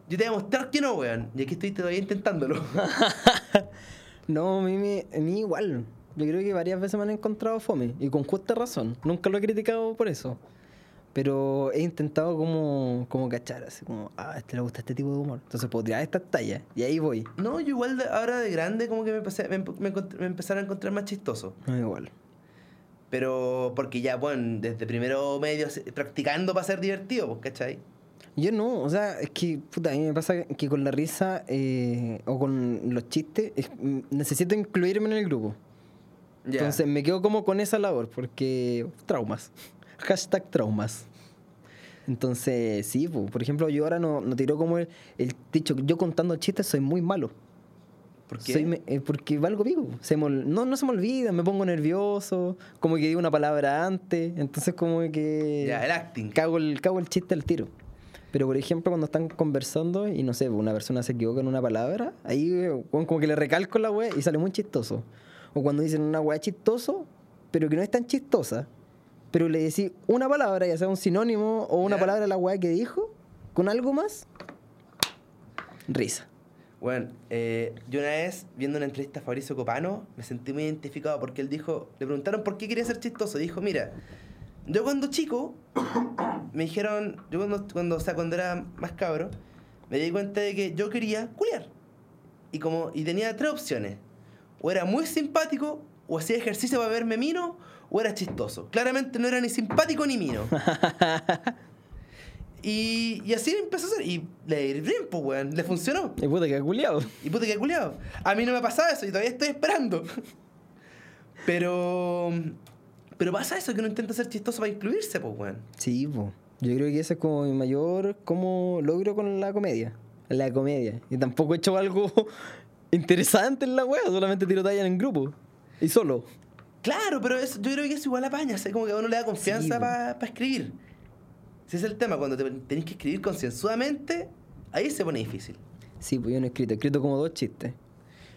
[SPEAKER 2] yo te voy a mostrar que no, weón. Y aquí estoy todavía intentándolo.
[SPEAKER 1] No, a mí, me- a mí igual. Yo creo que varias veces me han encontrado fome. Y con justa razón. Nunca lo he criticado por eso. Pero he intentado como, como cachar, así como, ah, a este le gusta este tipo de humor. Entonces puedo tirar estas tallas. Y ahí voy.
[SPEAKER 2] No, yo igual de- ahora de grande como que me, empecé- me, emp- me encont- me empezaron a encontrar más chistoso.
[SPEAKER 1] No, igual.
[SPEAKER 2] Pero porque ya, bueno, desde primero medio se- practicando para ser divertido, pues, ¿cachai?
[SPEAKER 1] Yo no, o sea, es que, puta, a mí me pasa que con la risa eh, o con los chistes es- mm, necesito incluirme en el grupo.
[SPEAKER 2] Ya.
[SPEAKER 1] Entonces me quedo como con esa labor, porque traumas. Hashtag traumas. Entonces, sí, po, por ejemplo, yo ahora no, no tiro como el, el dicho, yo contando chistes soy muy malo.
[SPEAKER 2] ¿Por qué?
[SPEAKER 1] Soy me- eh, porque valgo pico. Se me ol- no, no se me olvida, me pongo nervioso, como que digo una palabra antes, entonces como que
[SPEAKER 2] Ya, el acting.
[SPEAKER 1] cago el, cago el chiste al tiro. Pero, por ejemplo, cuando están conversando y no sé, una persona se equivoca en una palabra, ahí eh, weón, como que le recalco la wea y sale muy chistoso. O cuando dicen una wea chistoso, pero que no es tan chistosa, pero le decís una palabra, ya sea un sinónimo o una
[SPEAKER 2] Ya.
[SPEAKER 1] palabra de la wea que dijo, con algo más, risa.
[SPEAKER 2] Bueno, eh, yo una vez, viendo una entrevista a Fabricio Copano, me sentí muy identificado porque él dijo, le preguntaron por qué quería ser chistoso. Dijo, mira, yo cuando chico, me dijeron, yo cuando, cuando, o sea, cuando era más cabro, me di cuenta de que yo quería culiar. Y, como, y tenía tres opciones. O era muy simpático, o hacía ejercicio para verme mino, o era chistoso. Claramente no era ni simpático ni mino. y, y así empezó a ser. Y le ir bien, pues, weón. Le funcionó.
[SPEAKER 1] Y puta, que culiado.
[SPEAKER 2] Y puta que culiado. A mí no me ha pasado eso y todavía estoy esperando. Pero. Pero pasa eso, que uno intenta ser chistoso para incluirse, pues, weón.
[SPEAKER 1] Sí, po. yo creo que ese es como mi mayor como logro con la comedia. La comedia. Y tampoco he hecho algo interesante en la wea, solamente tiro talla en grupo. Y solo.
[SPEAKER 2] Claro, pero eso, yo creo que eso igual apaña, ¿sabes? Como que a uno le da
[SPEAKER 1] Sí,
[SPEAKER 2] confianza
[SPEAKER 1] po.
[SPEAKER 2] para escribir. Ese es el tema, cuando te, tenés que escribir concienzudamente, ahí se pone difícil.
[SPEAKER 1] Sí, pues yo no he escrito, he escrito como dos chistes.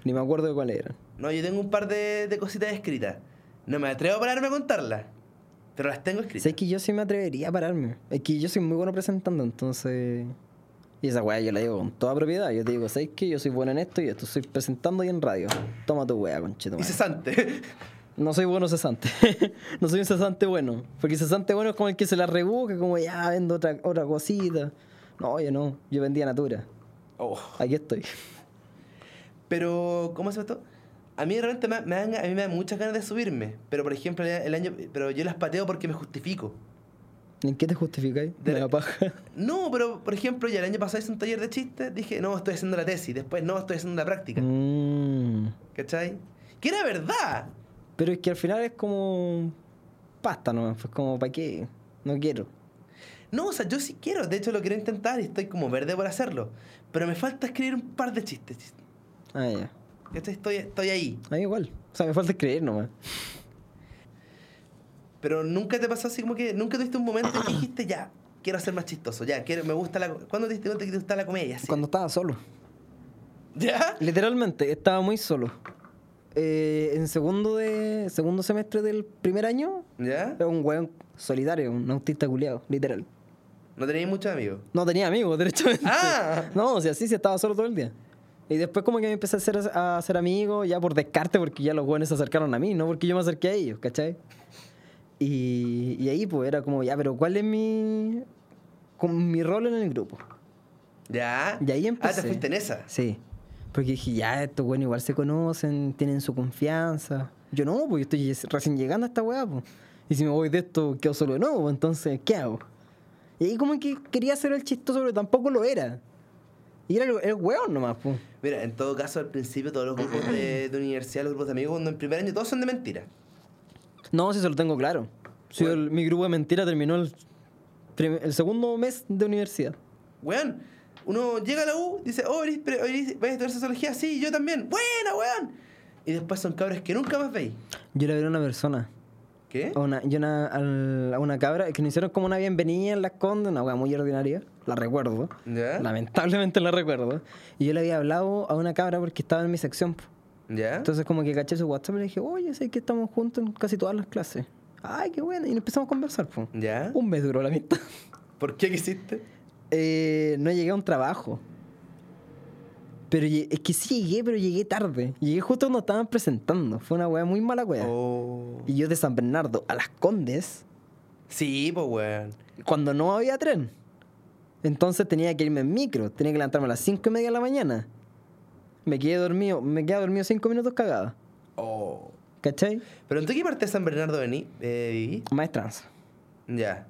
[SPEAKER 1] Ni me acuerdo de cuál era.
[SPEAKER 2] No, yo tengo un par de, de cositas escritas. No me atrevo a pararme a contarlas, pero las tengo escritas.
[SPEAKER 1] Sé que yo sí me atrevería a pararme. Es que yo soy muy bueno presentando, entonces. Y esa weá yo la digo con toda propiedad. Yo te digo, ¿sabes qué? Yo soy bueno en esto y esto. Soy presentando y en radio. Toma tu weá, conchito.
[SPEAKER 2] Y cesante.
[SPEAKER 1] No soy bueno cesante. no soy un cesante bueno. Porque cesante bueno es como el que se la rebusca, como ya vendo otra, otra cosita. No, yo no. Yo vendía Natura.
[SPEAKER 2] oh.
[SPEAKER 1] Aquí estoy.
[SPEAKER 2] Pero, ¿cómo se llama esto? A mí realmente me, me dan, a mí me dan muchas ganas de subirme. Pero, por ejemplo, el año. Pero yo las pateo porque me justifico.
[SPEAKER 1] ¿En qué te justificáis? De
[SPEAKER 2] De-
[SPEAKER 1] la paja.
[SPEAKER 2] No, pero, por ejemplo, ya el año pasado hice un taller de chistes. Dije, no, estoy haciendo la tesis. Después, no, estoy haciendo la práctica.
[SPEAKER 1] Mm.
[SPEAKER 2] ¿Cachai? Que era verdad.
[SPEAKER 1] Pero es que al final es como. pasta nomás. Pues como, ¿para qué? No quiero.
[SPEAKER 2] No, o sea, yo sí quiero. De hecho, lo quiero intentar y estoy como verde por hacerlo. Pero me falta escribir un par de chistes.
[SPEAKER 1] Ah, ya.
[SPEAKER 2] ¿Cachai? Estoy, estoy ahí.
[SPEAKER 1] A mí igual. O sea, me falta creer nomás.
[SPEAKER 2] Pero nunca te pasó así como que. Nunca tuviste un momento en que dijiste, ya, quiero ser más chistoso. Ya, quiero, me gusta la. ¿Cuándo te diste cuenta que te gusta la comedia? Así.
[SPEAKER 1] Cuando estaba solo.
[SPEAKER 2] ¿Ya?
[SPEAKER 1] Literalmente, estaba muy solo. Eh, en segundo de segundo semestre del primer año,
[SPEAKER 2] ¿Ya?
[SPEAKER 1] Era un weón solitario, un autista culiado, literal.
[SPEAKER 2] No tenéis muchos amigos.
[SPEAKER 1] No tenía amigos, derechamente.
[SPEAKER 2] Ah.
[SPEAKER 1] No, o sea, sí, sí, estaba solo todo el día. Y después como que me empecé a hacer, a hacer amigo, ya por descarte, porque ya los weones se acercaron a mí, no porque yo me acerqué a ellos, ¿cachai? Y, y ahí pues era como, ya, pero ¿cuál es mi, con mi rol en el grupo?
[SPEAKER 2] Ya.
[SPEAKER 1] Y ahí empecé.
[SPEAKER 2] Ah, te fuiste en esa.
[SPEAKER 1] Sí. Porque dije, ya, estos weones igual se conocen, tienen su confianza. Yo no, pues yo estoy recién llegando a esta weá, pues. Y si me voy de esto, quedo solo de nuevo, pues, entonces, ¿qué hago? Y ahí como que quería hacer el chistoso, pero tampoco lo era. Y era el, el weón nomás, pues.
[SPEAKER 2] Mira, en todo caso, al principio, todos los grupos de, de universidad, los grupos de amigos, cuando en primer año, todos son de mentira.
[SPEAKER 1] No, si se lo tengo claro. Si
[SPEAKER 2] Bueno.
[SPEAKER 1] el- mi grupo de mentira terminó el, prim- el segundo mes de universidad.
[SPEAKER 2] Weón, uno llega a la U, dice, oh, eres, pre- eres- ¿vas a estudiar sociología? Sí, yo también. Buena, weón. y después son cabros que nunca más veis.
[SPEAKER 1] Yo le veré a una persona.
[SPEAKER 2] ¿Qué?
[SPEAKER 1] A una, yo una, al- a una cabra que nos hicieron como una bienvenida en las condes, una wea muy ordinaria, la recuerdo.
[SPEAKER 2] ¿Ya?
[SPEAKER 1] Lamentablemente la recuerdo. Y yo le había hablado a una cabra porque estaba en mi sección. po.
[SPEAKER 2] ¿Ya?
[SPEAKER 1] Entonces como que caché su WhatsApp y le dije, oye, sé que estamos juntos en casi todas las clases. Ay, qué bueno. Y nos empezamos a conversar. po.
[SPEAKER 2] ¿Ya?
[SPEAKER 1] Un mes duró la amistad.
[SPEAKER 2] ¿Por qué quisiste?
[SPEAKER 1] Eh, no llegué a un trabajo. Pero lle- es que sí llegué, pero llegué tarde. Llegué justo cuando estaban presentando. Fue una wea muy mala wea.
[SPEAKER 2] Oh.
[SPEAKER 1] Y yo de San Bernardo a Las Condes,
[SPEAKER 2] Sí, pues weón.
[SPEAKER 1] cuando no había tren. Entonces tenía que irme en micro. Tenía que levantarme a las 5 y media de la mañana. Me quedé dormido, me quedé dormido 5 minutos cagada.
[SPEAKER 2] Oh.
[SPEAKER 1] ¿Cachai?
[SPEAKER 2] ¿Pero en tú qué parte de San Bernardo vení? Eh, viví?
[SPEAKER 1] Maestranza.
[SPEAKER 2] Ya.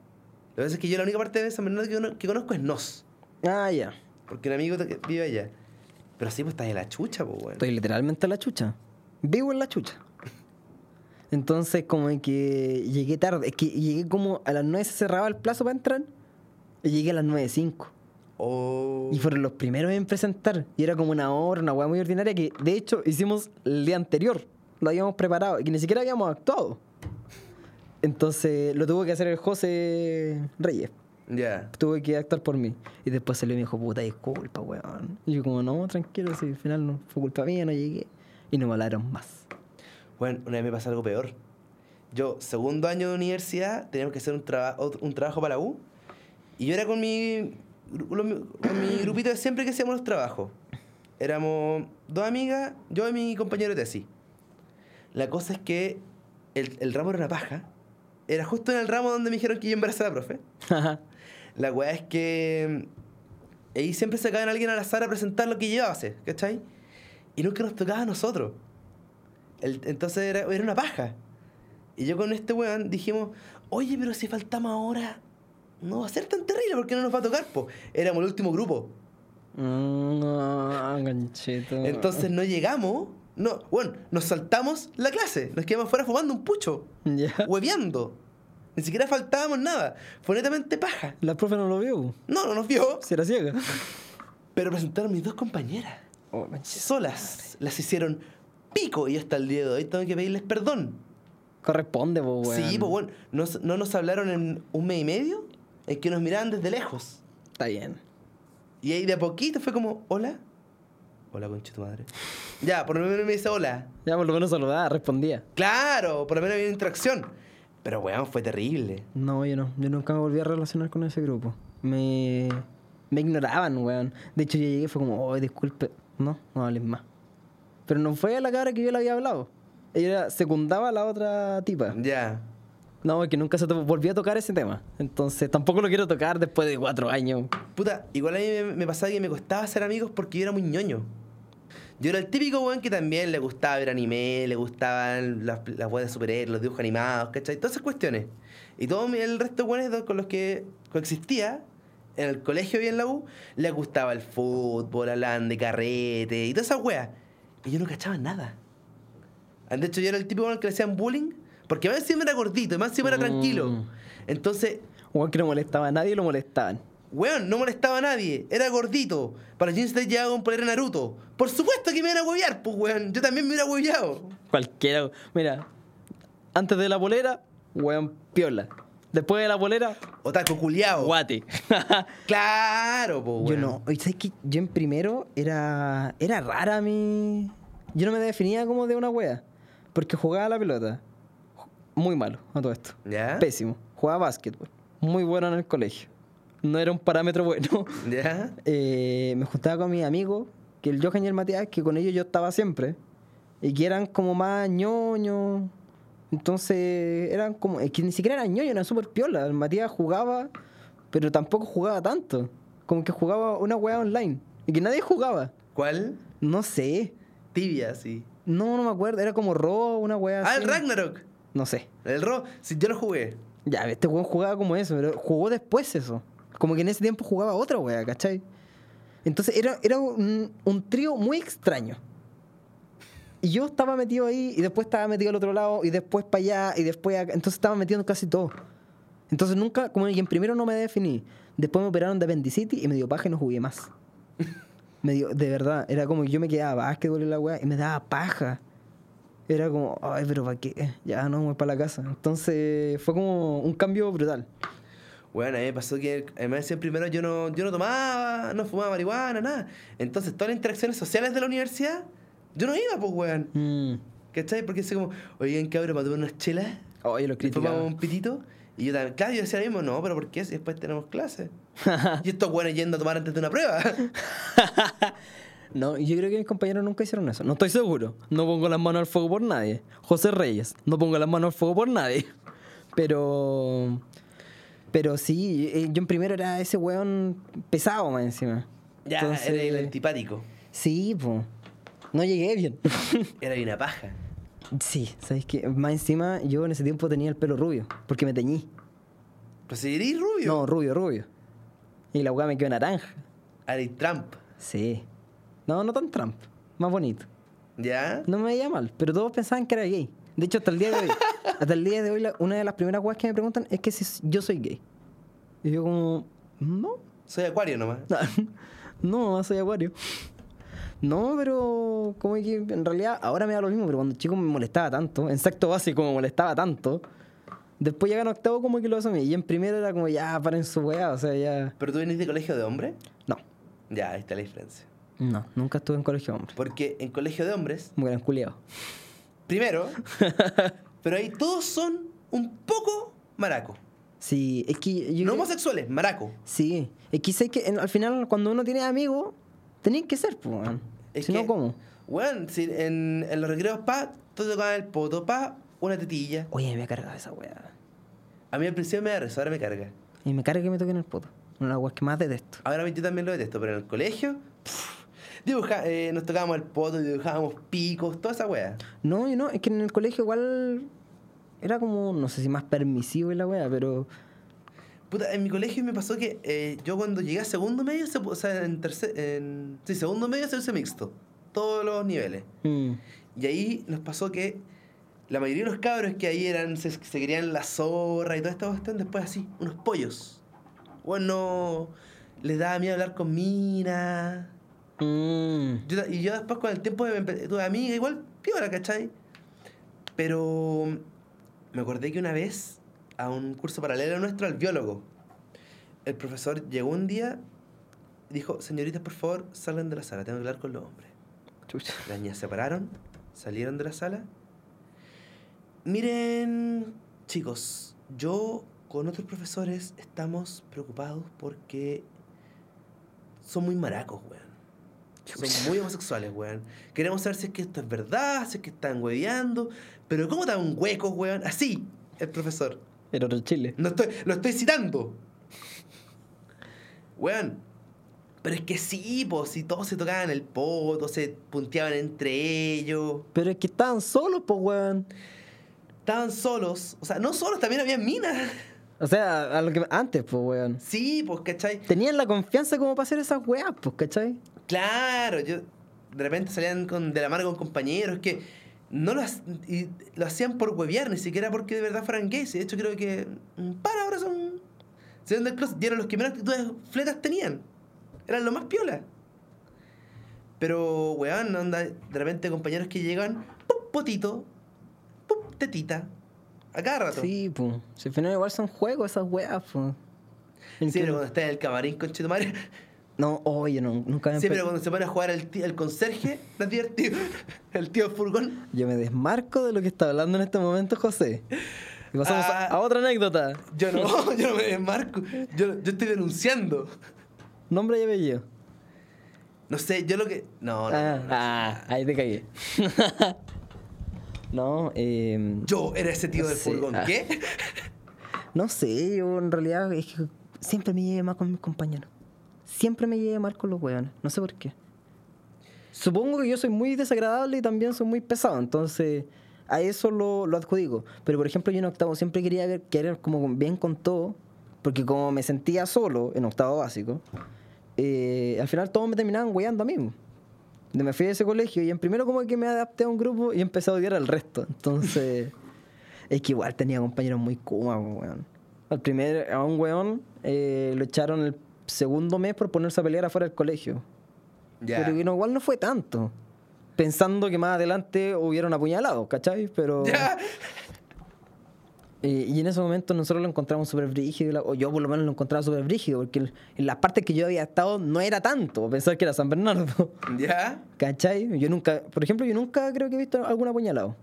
[SPEAKER 2] Lo que pasa es que yo la única parte de San Bernardo que, cono- que conozco es Nos.
[SPEAKER 1] Ah, ya.
[SPEAKER 2] Porque un amigo que vive allá. Pero sí, pues estás en la chucha, pues weón.
[SPEAKER 1] Estoy literalmente en la chucha. Vivo en la chucha. Entonces, como que llegué tarde. Es que llegué como a las 9 se cerraba el plazo para entrar. Y llegué a las 9.05.
[SPEAKER 2] Oh.
[SPEAKER 1] Y fueron los primeros en presentar. Y era como una obra, una hueá muy ordinaria que, de hecho, hicimos el día anterior. Lo habíamos preparado y que ni siquiera habíamos actuado. Entonces, lo tuvo que hacer el José Reyes.
[SPEAKER 2] Ya.
[SPEAKER 1] Tuve que actuar por mí. Y después salió y me dijo, puta, disculpa, weón. Y yo como, no, tranquilo, si al final no fue culpa mía, no llegué. Y no me hablaron más.
[SPEAKER 2] Bueno, una vez me pasó algo peor. Yo, segundo año de universidad, teníamos que hacer un, traba- ot- un trabajo para la U. Y yo era con mi, gru- con mi- con mi grupito de siempre que hacíamos los trabajos. Éramos dos amigas, yo y mi compañero de tesis. La cosa es que el, el ramo era una paja. Era justo en el ramo donde me dijeron que yo embarazada, profe.
[SPEAKER 1] Ah,
[SPEAKER 2] La weá es que. mm, Ahí siempre sacaban a alguien al azar a presentar lo que llevase, ¿cachai? Y nunca nos tocaba a nosotros. El- entonces era, era una paja. Y yo con este weón dijimos, oye, pero si faltamos ahora, no va a ser tan terrible porque no nos va a tocar, po. Éramos el último grupo.
[SPEAKER 1] no, ganchito.
[SPEAKER 2] Entonces no llegamos. No, bueno, nos saltamos la clase. Nos quedamos fuera fumando un pucho,
[SPEAKER 1] Ya.
[SPEAKER 2] hueveando. Ni siquiera faltábamos nada. Fue netamente paja.
[SPEAKER 1] La profe no lo vio.
[SPEAKER 2] No, no nos vio.
[SPEAKER 1] Si era ciega.
[SPEAKER 2] Pero presentaron mis dos compañeras. solas las hicieron pico y hasta el día de hoy tengo que pedirles perdón.
[SPEAKER 1] Corresponde, po, weón.
[SPEAKER 2] Sí, pues bueno, nos- no nos hablaron en un mes y medio, es que nos miraban desde lejos.
[SPEAKER 1] Está bien.
[SPEAKER 2] Y ahí de a poquito fue como, hola, hola concha tu madre. Ya, por lo menos me dice hola.
[SPEAKER 1] Ya por lo menos saludaba, respondía.
[SPEAKER 2] Claro, por lo menos había una interacción. Pero weón, fue terrible.
[SPEAKER 1] No, yo no. Yo nunca me volví a relacionar con ese grupo. Me, me ignoraban, weón. De hecho, yo llegué y fue como, oh, disculpe. No, no hables más. Pero no fue a la cabra que yo le había hablado. Ella secundaba a la otra tipa.
[SPEAKER 2] Ya.
[SPEAKER 1] No, es que nunca se to- volvió a tocar ese tema. Entonces, tampoco lo quiero tocar después de cuatro años.
[SPEAKER 2] Puta, igual a mí me, me pasaba que me costaba ser amigos porque yo era muy ñoño. Yo era el típico weón que también le gustaba ver anime, le gustaban las, las weas de superhéroes, los dibujos animados, ¿cachai? Todas esas cuestiones. Y todo mi- el resto de weones do- con los que coexistía en el colegio y en la U, le gustaba el fútbol, hablaban de carrete y todas esas weas. Y yo no cachaba nada. De hecho, yo era el típico weón que le hacían bullying porque más encima era gordito y más encima era
[SPEAKER 1] Mm.
[SPEAKER 2] tranquilo. Entonces,
[SPEAKER 1] Weón que no molestaba a nadie, lo molestaban.
[SPEAKER 2] Weón, no molestaba a nadie, era gordito. Para Jin State llegaba con polera Naruto. Por supuesto que me iban a huevear, pues weón. Yo también me hubiera hueveado.
[SPEAKER 1] Cualquiera. Mira, antes de la polera, weón piola. Después de la polera,
[SPEAKER 2] Otaku culiao.
[SPEAKER 1] guate.
[SPEAKER 2] Claro, pues
[SPEAKER 1] Yo
[SPEAKER 2] weón.
[SPEAKER 1] no, y sabes que yo en primero era era rara mi yo no me definía como de una wea, porque jugaba a la pelota. Muy malo a todo esto.
[SPEAKER 2] ¿Ya?
[SPEAKER 1] Pésimo. Jugaba básquetbol. Muy bueno en el colegio. No era un parámetro bueno.
[SPEAKER 2] ¿Ya?
[SPEAKER 1] Eh, me juntaba con mis amigos, que el Johan y el Matías, que con ellos yo estaba siempre, y que eran como más ñoño. Entonces, eran como, es que ni siquiera eran ñoño, eran súper piola. El Matías jugaba, pero tampoco jugaba tanto. Como que jugaba una weá online, y que nadie jugaba.
[SPEAKER 2] ¿Cuál?
[SPEAKER 1] No sé,
[SPEAKER 2] Tibia, sí.
[SPEAKER 1] no, no me acuerdo, era como Ro, una weá
[SPEAKER 2] Ah,
[SPEAKER 1] así.
[SPEAKER 2] el Ragnarok.
[SPEAKER 1] No sé.
[SPEAKER 2] El Ro. Sí, yo lo jugué.
[SPEAKER 1] Ya, este weón jugaba como eso, pero jugó después eso. Como que en ese tiempo jugaba otra wea, ¿cachai? Entonces era, era un, un trío muy extraño. Y yo estaba metido ahí, y después estaba metido al otro lado, y después para allá, y después acá. Entonces estaba metido en casi todo. Entonces nunca, como que en primero no me definí. Después me operaron de apendicitis y me dio paja y no jugué más. "Ah, Me dio, de verdad, era como que yo me quedaba básquetbol en la wea y me daba paja. era como, ay, pero ¿para qué? Ya no, voy para la casa. Entonces fue como un cambio brutal.
[SPEAKER 2] Bueno, a mí me pasó que además decían primero yo no, yo no tomaba, no fumaba marihuana, nada. Entonces todas las interacciones sociales de la universidad, yo no iba, pues, weón.
[SPEAKER 1] Mm.
[SPEAKER 2] ¿Cachai? Porque es como, oigan, cabrón, para tomar unas chelas,
[SPEAKER 1] Oh, yo lo
[SPEAKER 2] y
[SPEAKER 1] criticaba.
[SPEAKER 2] tomamos un pitito. Y yo también, claro, yo decía lo mismo, no, pero ¿por qué? Si después tenemos clases. y estos weones yendo a tomar antes de una prueba.
[SPEAKER 1] No, yo creo que mis compañeros nunca hicieron eso. No estoy seguro. No pongo las manos al fuego por nadie. José Reyes, no pongo las manos al fuego por nadie. Pero. Pero sí, eh, yo en primero era ese weón pesado más encima.
[SPEAKER 2] ya,
[SPEAKER 1] Entonces,
[SPEAKER 2] era el antipático.
[SPEAKER 1] Sí, po. No llegué bien.
[SPEAKER 2] Era una paja.
[SPEAKER 1] sí, ¿sabes qué? Más encima, yo en ese tiempo tenía el pelo rubio, porque me teñí.
[SPEAKER 2] Pero si eres rubio,
[SPEAKER 1] No, rubio, rubio. Y la weá me quedó naranja.
[SPEAKER 2] eres Trump.
[SPEAKER 1] Sí. No, no tan Trump. Más bonito.
[SPEAKER 2] ¿Ya?
[SPEAKER 1] No me veía mal, pero todos pensaban que era gay. De hecho, hasta el día de hoy, hasta el día de hoy, la- una de las primeras cosas que me preguntan es que si s- yo soy gay. Y yo como, no,
[SPEAKER 2] Soy acuario nomás.
[SPEAKER 1] no, no, soy acuario. No, pero como que en realidad ahora me da lo mismo, pero cuando chico me molestaba tanto, en sexto básico me molestaba tanto, después ya en octavo como que lo asumí, y en primero era como ya, paren su weá, o sea, ya...
[SPEAKER 2] ¿Pero tú venís de colegio de hombre?
[SPEAKER 1] No,
[SPEAKER 2] Ya, ahí está la diferencia.
[SPEAKER 1] no, nunca estuve en colegio hombre,
[SPEAKER 2] Porque en colegio de hombres,
[SPEAKER 1] como que eran culiados.
[SPEAKER 2] primero, pero ahí todos son un poco maraco.
[SPEAKER 1] Sí, es que... Yo
[SPEAKER 2] No
[SPEAKER 1] creo-
[SPEAKER 2] homosexuales, maraco.
[SPEAKER 1] Sí, es que sé que en- al final cuando uno tiene amigos, tenés que ser, pues, weón.
[SPEAKER 2] Es
[SPEAKER 1] Si
[SPEAKER 2] que-
[SPEAKER 1] no, ¿cómo?
[SPEAKER 2] Bueno, si en, en los recreos, pa, tú tocabas el poto, pa, una tetilla.
[SPEAKER 1] Oye, me ha cargado esa weá.
[SPEAKER 2] A mí al principio me da risa, ahora me carga.
[SPEAKER 1] Y me carga que me toquen el poto. Una de las weas que más detesto.
[SPEAKER 2] Ahora yo también lo detesto, pero en el colegio, pff, dibuja- eh, nos tocábamos el poto, dibujábamos picos, toda esa wea.
[SPEAKER 1] No, y no, es que en el colegio igual era como, no sé si más permisivo y la weá, pero...
[SPEAKER 2] Puta, en mi colegio me pasó que eh, yo cuando llegué a segundo medio, se pu- o sea, en tercer, en, sí, segundo medio se usa mixto, todos los niveles.
[SPEAKER 1] mm,
[SPEAKER 2] Y ahí nos pasó que la mayoría de los cabros que ahí eran, se, se querían la zorra y toda esta cuestión, después así, unos pollos. Bueno, les daba miedo hablar con mina.
[SPEAKER 1] mm,
[SPEAKER 2] Yo ta- y yo después con el tiempo me empe- tuve amiga, igual piola, ¿cachai? Pero me acordé que una vez a un curso paralelo nuestro, al biólogo, el profesor llegó un día y dijo, señoritas, por favor, salgan de la sala, tengo que hablar con los hombres.
[SPEAKER 1] chucha.
[SPEAKER 2] Las niñas se pararon, salieron de la sala. Miren, chicos, yo con otros profesores estamos preocupados porque son muy maracos, weón. Son muy homosexuales, weón. Queremos saber si es que esto es verdad, si es que están hueveando. Pero ¿cómo tan huecos, weón? Así, el profesor.
[SPEAKER 1] Era otro chile.
[SPEAKER 2] No estoy, lo estoy citando. Weón. Pero es que sí, pues, si todos se tocaban el poto, se punteaban entre ellos.
[SPEAKER 1] Pero es que estaban solos, pues, weón.
[SPEAKER 2] Estaban solos. O sea, no solos, también había minas.
[SPEAKER 1] O sea, a lo que antes, pues, weón.
[SPEAKER 2] Sí, pues, ¿cachai?
[SPEAKER 1] Tenían la confianza como para hacer esas weas, pues, ¿cachai?
[SPEAKER 2] Claro, yo de repente salían con, de la mano con compañeros que no lo, ha- y lo hacían por huevear, ni siquiera porque de verdad fueran gays. Y De hecho, creo que un par ahora son. Salieron del closet y eran los que menos actitudes fletas tenían. Eran los más piola. Pero, weón, onda, de repente compañeros que llegan, ¡pum! potito, ¡pum! tetita, a cada rato. Sí,
[SPEAKER 1] Sí, pues. Si al final igual son juegos esas weas, pues.
[SPEAKER 2] pero cuando está en el camarín con Chetumare.
[SPEAKER 1] No, oye, no, nunca me
[SPEAKER 2] Sí, pero
[SPEAKER 1] empe-
[SPEAKER 2] cuando se pone a jugar el, tío- el conserje, no es divertido. El tío furgón.
[SPEAKER 1] Yo me desmarco de lo que está hablando en este momento José. Y pasamos a-
[SPEAKER 2] Ah.
[SPEAKER 1] a otra anécdota.
[SPEAKER 2] Yo no, yo no me desmarco. Yo, yo estoy denunciando.
[SPEAKER 1] Nombre y apellido.
[SPEAKER 2] No sé, yo lo que. No, no.
[SPEAKER 1] ah,
[SPEAKER 2] no, no.
[SPEAKER 1] ah, ahí te caí. no, eh,
[SPEAKER 2] Yo era ese tío
[SPEAKER 1] No
[SPEAKER 2] del
[SPEAKER 1] sé,
[SPEAKER 2] furgón.
[SPEAKER 1] ah.
[SPEAKER 2] ¿Qué?
[SPEAKER 1] no sé, yo en realidad es que siempre me llevé mal con mis compañeros. Siempre me llevé mal con los hueones. No sé por qué. Supongo que yo soy muy desagradable y también soy muy pesado, entonces a eso lo, lo adjudico. Pero por ejemplo, yo en octavo siempre quería ver, querer como con- bien con todo, porque como me sentía solo en octavo básico, eh, al final todos me terminaban guiando a mí. De me fui de ese colegio y en primero como que me adapté a un grupo y empecé a odiar al resto. Entonces, es que igual tenía compañeros muy cumas, weón. Al primer, a un weón eh, lo echaron el segundo mes por ponerse a pelear afuera del colegio.
[SPEAKER 2] Ya.
[SPEAKER 1] Pero que no, igual no fue tanto. pensando que más adelante hubieran apuñalado, ¿cachai? Pero...
[SPEAKER 2] Ya.
[SPEAKER 1] Eh, y en ese momento nosotros lo encontramos súper brígido, y la- o yo por lo menos lo encontraba súper brígido, porque el- en las partes que yo había estado no era tanto, a pesar que era San Bernardo.
[SPEAKER 2] Ya.
[SPEAKER 1] ¿Cachai? Yo nunca, por ejemplo, yo nunca creo que he visto algún apuñalado,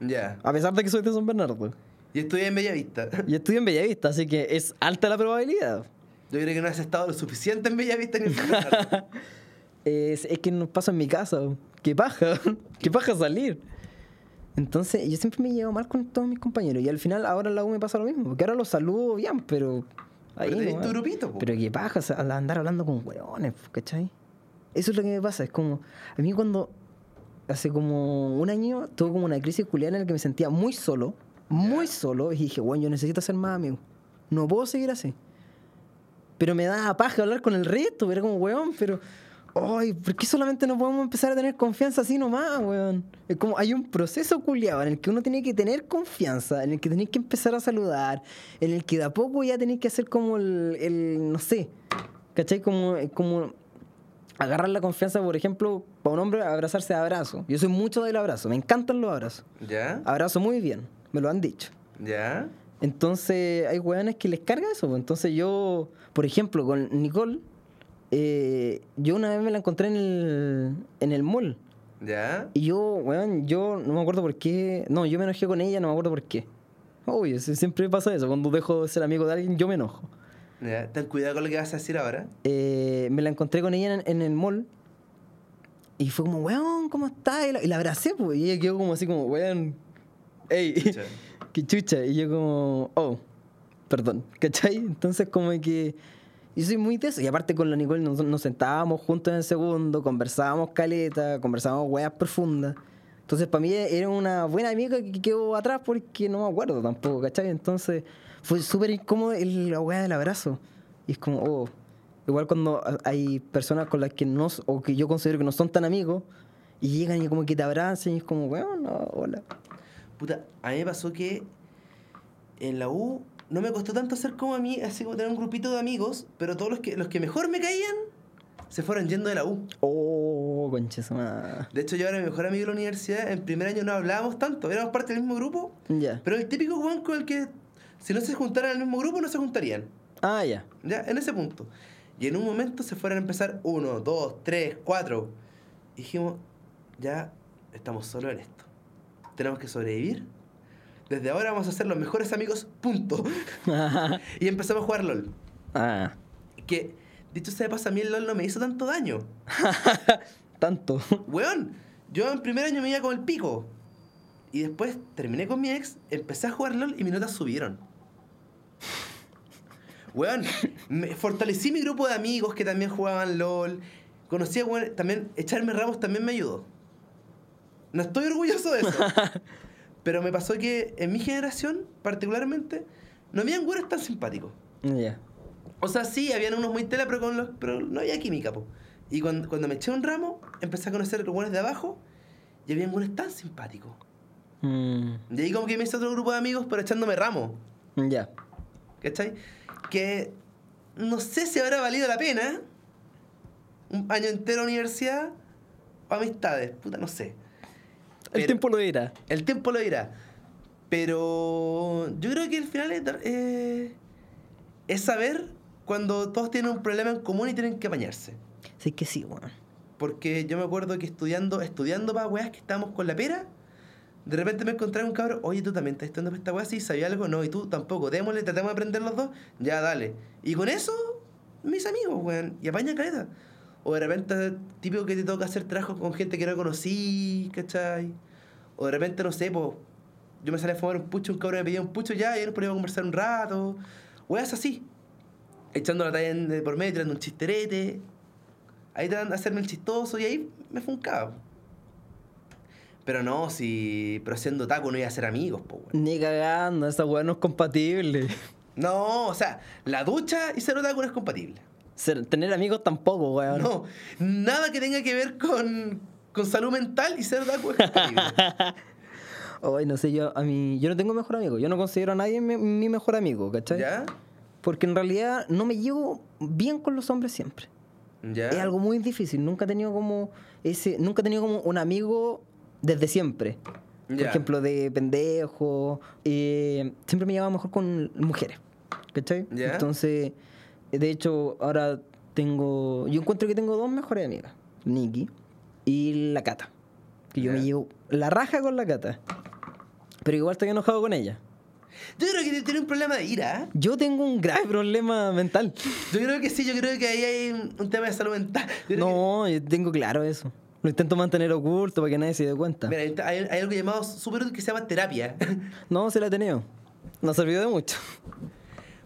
[SPEAKER 2] Ya.
[SPEAKER 1] a pesar de que soy de San Bernardo.
[SPEAKER 2] Y estudié en Bellavista.
[SPEAKER 1] Y estudio en Bellavista, así que es alta la probabilidad.
[SPEAKER 2] Yo creo que no has estado lo suficiente en Bellavista ni en San Bernardo.
[SPEAKER 1] Es, es que nos pasa en mi casa, bo. qué paja, qué paja salir. Entonces, yo siempre me he llevado mal con todos mis compañeros, y al final ahora en la U me pasa lo mismo, porque ahora los saludo bien, pero. Ahí
[SPEAKER 2] Pero tenés
[SPEAKER 1] nomás.
[SPEAKER 2] tu grupito, po.
[SPEAKER 1] Pero qué paja, o sea, al andar hablando con hueones, po, ¿cachai? Eso es lo que me pasa, es como. A mí cuando. Hace como un año tuve como una crisis culiar en la que me sentía muy solo, muy solo, y dije, bueno, yo necesito ser más amigo. No puedo seguir así. Pero me daba paja hablar con el resto, era como, weón, pero. Ay, ¿por qué solamente no podemos empezar a tener confianza así nomás, weón? Es como hay un proceso culiado en el que uno tiene que tener confianza, en el que tenés que empezar a saludar, en el que de a poco ya tenés que hacer como el, el no sé, ¿cachai? Como, como agarrar la confianza, por ejemplo, para un hombre abrazarse a abrazo. Yo soy mucho del abrazo, me encantan los abrazos.
[SPEAKER 2] ¿Ya?
[SPEAKER 1] Abrazo muy bien, me lo han dicho.
[SPEAKER 2] ¿Ya?
[SPEAKER 1] Entonces, hay hueones que les carga eso. pues. Entonces, yo, por ejemplo, con Nicole, eh, yo una vez me la encontré en el, en el mall.
[SPEAKER 2] ¿Ya?
[SPEAKER 1] Y yo, weón, yo no me acuerdo por qué. No, yo me enojé con ella, no me acuerdo por qué. Obvio, si- siempre pasa eso. Cuando dejo de ser amigo de alguien, yo me enojo.
[SPEAKER 2] ¿Ya? Ten cuidado con lo que vas a decir ahora.
[SPEAKER 1] Eh, me la encontré con ella en, en el mall. Y fue como, weón, ¿cómo estás? Y la, y la abracé, pues. Y ella quedó como así, como, weón, ey.
[SPEAKER 2] Chucha.
[SPEAKER 1] que chucha. Y yo como, oh, perdón, ¿cachai? Entonces como que yo soy muy de eso. Y aparte con la Nicole nos, nos sentábamos juntos en el segundo, conversábamos caleta, conversábamos weas profundas. Entonces para mí era una buena amiga que quedó atrás porque no me acuerdo tampoco, ¿cachai? Entonces fue súper incómodo el- la wea del abrazo. Y es como, oh, igual cuando a- hay personas con las que no, s- o que yo considero que no son tan amigos, y llegan y como que te abrazan y es como, weón, no, hola.
[SPEAKER 2] Puta, a mí me pasó que en la U no me costó tanto ser como a mí, así como tener un grupito de amigos, pero todos los que, los que mejor me caían se fueron yendo de la U.
[SPEAKER 1] Oh, conches madre.
[SPEAKER 2] De hecho, yo era mi mejor amigo de la universidad. En primer año no hablábamos tanto, éramos parte del mismo grupo,
[SPEAKER 1] Ya.
[SPEAKER 2] pero el típico Juan con el que si no se juntaran al mismo grupo no se juntarían.
[SPEAKER 1] Ah, ya.
[SPEAKER 2] Ya, en ese punto. Y en un momento se fueron a empezar uno, dos, tres, cuatro. Y dijimos, ya estamos solos en esto. Tenemos que sobrevivir. Desde ahora vamos a ser los mejores amigos, punto. y empezamos a jugar LOL.
[SPEAKER 1] ah,
[SPEAKER 2] Que, dicho sea de paso, a mí el LOL no me hizo tanto daño.
[SPEAKER 1] tanto.
[SPEAKER 2] Weón, yo en primer año me iba con el pico. Y después terminé con mi ex, empecé a jugar LOL y mis notas subieron. Weón, me fortalecí mi grupo de amigos que también jugaban LOL. Conocí a weón, también echarme ramos también me ayudó. No estoy orgulloso de eso. pero me pasó que en mi generación, particularmente, no habían güeros tan simpáticos.
[SPEAKER 1] ya.
[SPEAKER 2] O sea, sí, habían unos muy tela, pero, con los, pero no había química, po. Y cuando, cuando me eché un ramo, empecé a conocer los buenos de abajo y había buenos tan simpáticos.
[SPEAKER 1] Mm,
[SPEAKER 2] De ahí como que me hice otro grupo de amigos, pero echándome ramo,
[SPEAKER 1] ya.
[SPEAKER 2] ¿cachai? Que no sé si habrá valido la pena ¿eh? un año entero de universidad o amistades, puta, no sé.
[SPEAKER 1] El
[SPEAKER 2] Pero-
[SPEAKER 1] tiempo lo dirá.
[SPEAKER 2] El tiempo lo dirá. Pero yo creo que al final es, dar- eh, es saber cuando todos tienen un problema en común y tienen que apañarse.
[SPEAKER 1] Sí que sí, weón.
[SPEAKER 2] Porque yo me acuerdo que estudiando, estudiando para weas que estábamos con la pera, de repente me encontré un cabrón, oye, tú también estás estudiando para esta wea, sí, sabía algo, no, y tú tampoco, démosle, tratemos de aprender los dos, ya dale. Y con eso, mis amigos, weón, y apaña caleta. O de repente, típico que te toca hacer trabajos con gente que no conocí, ¿cachai? O de repente, no sé, pues, yo me salí a fumar un pucho, un cabrón me pedía un pucho, ya, y nos poníamos a conversar un rato. Weas así. Echando la talla en- de por medio, tirando un chisterete, Ahí tratan de hacerme el chistoso y ahí me funcaba. Pero no, si. Pero siendo taco no iba a ser amigos, po, weón.
[SPEAKER 1] Ni cagando, esa weón no es compatible.
[SPEAKER 2] No, o sea, la ducha y ser otaku no es compatible.
[SPEAKER 1] Ser- tener amigos tampoco, weón.
[SPEAKER 2] No, nada que tenga que ver con, con salud mental y ser otaku es compatible.
[SPEAKER 1] Ay, no sé, yo a mí. Yo no tengo mejor amigo. Yo no considero a nadie mi, mi mejor amigo, ¿cachai?
[SPEAKER 2] ¿Ya?
[SPEAKER 1] Porque en realidad no me llevo bien con los hombres siempre.
[SPEAKER 2] Ya.
[SPEAKER 1] Es algo muy difícil. Nunca he tenido como ese, nunca he tenido como un amigo desde siempre. Por
[SPEAKER 2] Ya.
[SPEAKER 1] ejemplo, de pendejo. eh, siempre me llevaba mejor con mujeres. ¿Cachai?
[SPEAKER 2] Ya.
[SPEAKER 1] Entonces, de hecho, ahora tengo. Yo encuentro que tengo dos mejores amigas: Nikki y la Cata. Que yo
[SPEAKER 2] Ya.
[SPEAKER 1] me llevo la raja con la Cata. Pero igual estoy enojado con ella.
[SPEAKER 2] Yo creo que tiene un problema de ira. ¿eh?
[SPEAKER 1] Yo tengo un grave problema mental.
[SPEAKER 2] Yo creo que sí, yo creo que ahí hay un un tema de salud mental. Yo creo
[SPEAKER 1] No, yo tengo claro eso. Lo intento mantener oculto para que nadie se dé
[SPEAKER 2] que-
[SPEAKER 1] cuenta.
[SPEAKER 2] mira, ahí está- hay, hay algo llamado súper útil que se llama terapia.
[SPEAKER 1] No, se la he tenido. No sirvió de mucho.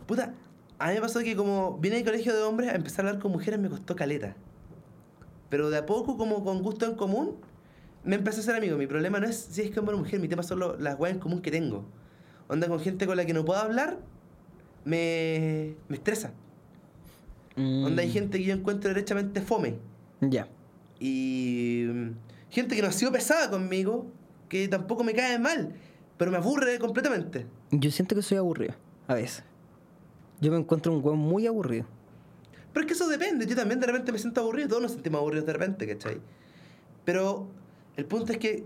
[SPEAKER 2] Puta, a mí me pasó que como vine al colegio de hombres, a empezar a hablar con mujeres me costó caleta. Pero de a poco, como con gusto en común, me empecé a ser amigo. Mi problema no es si es que hombre o mujer, mi tema son lo- las weas en común que tengo. Onda con gente con la que no puedo hablar, me, me estresa. Onda hay
[SPEAKER 1] Mm,
[SPEAKER 2] gente que yo encuentro derechamente fome.
[SPEAKER 1] Ya.
[SPEAKER 2] Y mm, gente que no ha sido pesada conmigo, que tampoco me cae mal, pero me aburre completamente.
[SPEAKER 1] Yo siento que soy aburrido, a veces. Yo me encuentro un weón muy aburrido.
[SPEAKER 2] Pero es que eso depende, yo también de repente me siento aburrido, todos nos sentimos aburridos de repente, ¿cachai? Pero el punto es que,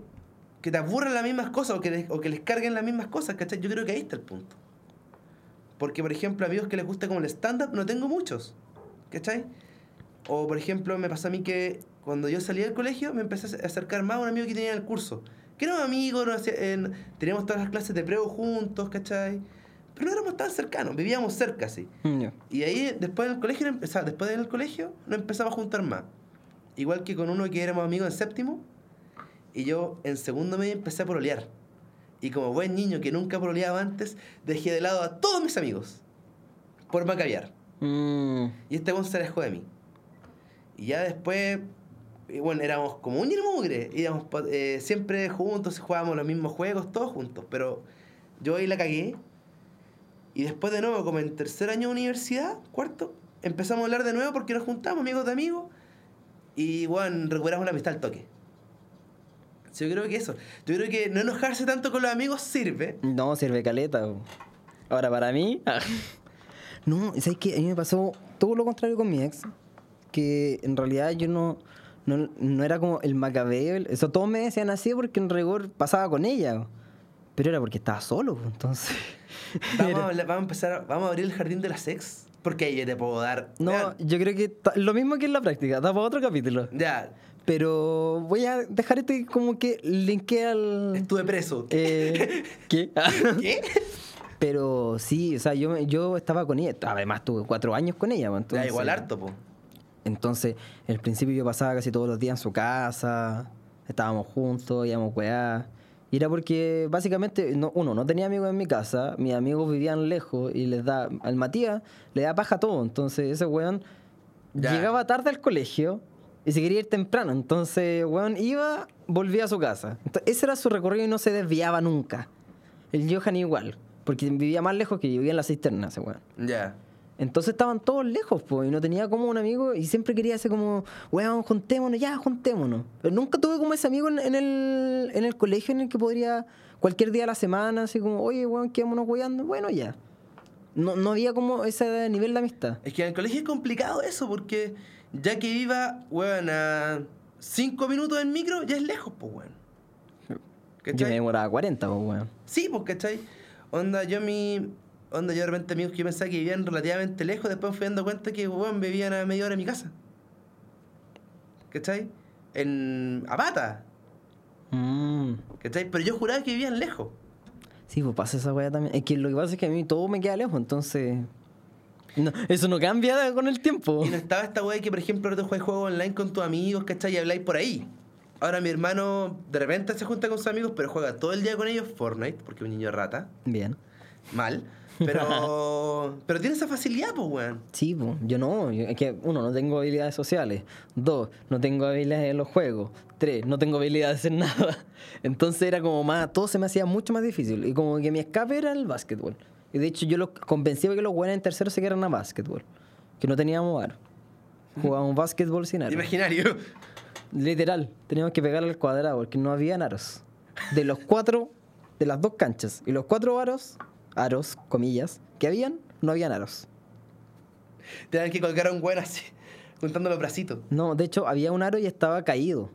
[SPEAKER 2] que te aburran las mismas cosas o que, les, o que les carguen las mismas cosas, ¿cachai? Yo creo que ahí está el punto. Porque, por ejemplo, amigos que les gusta como el stand-up, no tengo muchos, ¿cachai? O, por ejemplo, me pasó a mí que cuando yo salí del colegio me empecé a acercar más a un amigo que tenía en el curso. Que era un amigo, no hacía- en- teníamos todas las clases de preo juntos, ¿cachai? Pero no éramos tan cercanos, vivíamos cerca, sí.
[SPEAKER 1] Mm, ya.
[SPEAKER 2] Y ahí, después del colegio, o sea, después del colegio, nos empezamos a juntar más. Igual que con uno que éramos amigos en séptimo, y yo en segundo medio empecé a pololear. Y como buen niño que nunca pololeaba antes, dejé de lado a todos mis amigos por macabiar.
[SPEAKER 1] Mm,
[SPEAKER 2] Y este weón se alejó de mí. Y ya después, eh, bueno, éramos como un y el mugre. Íbamos pa- eh, siempre juntos, jugábamos los mismos juegos, todos juntos. Pero yo ahí la cagué. Y después de nuevo, como en tercer año de universidad, cuarto, empezamos a hablar de nuevo porque nos juntamos, amigos de amigos. Y, bueno, recuperamos la amistad al toque. Yo creo que eso. Yo creo que no enojarse tanto con los amigos sirve.
[SPEAKER 1] No, sirve caleta. po. Ahora, para mí... ah. no, ¿sabes qué? A mí me pasó todo lo contrario con mi ex. Que en realidad yo no... No, no era como el macabeo. el- Eso todos me decían así porque en rigor pasaba con ella. po. Pero era porque estaba solo, po, entonces...
[SPEAKER 2] Vamos
[SPEAKER 1] era-
[SPEAKER 2] a, hablar- vamos a empezar, a- vamos a abrir el jardín de las sex. Porque ahí yo te puedo dar.
[SPEAKER 1] No,
[SPEAKER 2] Vean,
[SPEAKER 1] yo creo que ta- lo mismo que en la práctica, da para otro capítulo.
[SPEAKER 2] Ya,
[SPEAKER 1] Pero voy a dejar este como que linké al.
[SPEAKER 2] Estuve preso.
[SPEAKER 1] eh, ¿Qué?
[SPEAKER 2] ¿Qué?
[SPEAKER 1] Pero sí, o sea, yo, me- yo estaba con ella. Además, tuve cuatro años con ella. pues,
[SPEAKER 2] Da
[SPEAKER 1] Entonces,
[SPEAKER 2] igual harto, po.
[SPEAKER 1] Entonces, en el principio yo pasaba casi todos los días en su casa. Estábamos juntos, íbamos weá. Y era porque básicamente, no, uno, no tenía amigos en mi casa, mis amigos vivían lejos y les da, al Matías le da paja todo. Entonces ese weón
[SPEAKER 2] Ya.
[SPEAKER 1] llegaba tarde al colegio y se quería ir temprano. Entonces, weón iba, volvía a su casa. Ento- ese era su recorrido y no se desviaba nunca. El Johan igual, porque vivía más lejos que yo, vivía en la cisterna ese weón.
[SPEAKER 2] Ya.
[SPEAKER 1] Entonces estaban todos lejos, pues, y no tenía como un amigo y siempre quería hacer como, weón, juntémonos, ya, juntémonos. Pero nunca tuve como ese amigo en, en el, en el colegio en el que podría cualquier día de la semana, así como, oye, weón, quedémonos weando, bueno, ya. No, no había como ese nivel de amistad.
[SPEAKER 2] Es que en el colegio es complicado eso, porque ya que viva, weón, a cinco minutos en micro, ya es lejos, po, weón.
[SPEAKER 1] Yo me
[SPEAKER 2] ¿Cachai?
[SPEAKER 1] demoraba 40, pues, weón.
[SPEAKER 2] Sí, pues, ¿cachai? Onda, yo mi. Onda, yo de repente amigos que yo pensaba que vivían relativamente lejos, después me fui dando cuenta que, weón, vivían a media hora de mi casa. ¿Cachai? En. Apata.
[SPEAKER 1] Mm.
[SPEAKER 2] ¿Cachai? Pero yo juraba que vivían lejos.
[SPEAKER 1] Sí, pues pasa esa weá también. Es que lo que pasa es que a mí todo me queda lejos, entonces... no, eso no cambia con el tiempo.
[SPEAKER 2] Y no estaba esta wea que, por ejemplo, ahora tú juegas juegos online con tus amigos, ¿cachai? Y habláis por ahí. Ahora mi hermano de repente se junta con sus amigos, pero juega todo el día con ellos Fortnite, porque es un niño rata.
[SPEAKER 1] Bien.
[SPEAKER 2] Mal. Pero, pero tiene esa facilidad, pues, weón.
[SPEAKER 1] Sí, po. yo no. yo- es que, uno, no tengo habilidades sociales. Dos, no tengo habilidades en los juegos. Tres, no tengo habilidades en nada. Entonces era como más, todo se me hacía mucho más difícil. Y como que mi escape era el básquetbol. Y de hecho yo los convencí de que los buenos en tercero se quedaran a básquetbol. Que no teníamos aro. Jugábamos básquetbol sin aro.
[SPEAKER 2] Imaginario.
[SPEAKER 1] Literal, teníamos que pegar al cuadrado porque no había aros. De los cuatro, de las dos canchas. Y los cuatro aros, aros, comillas, que habían, no habían aros.
[SPEAKER 2] Tenían que colgar a un weón así. juntando los bracitos.
[SPEAKER 1] No, de hecho, había un aro y estaba caído.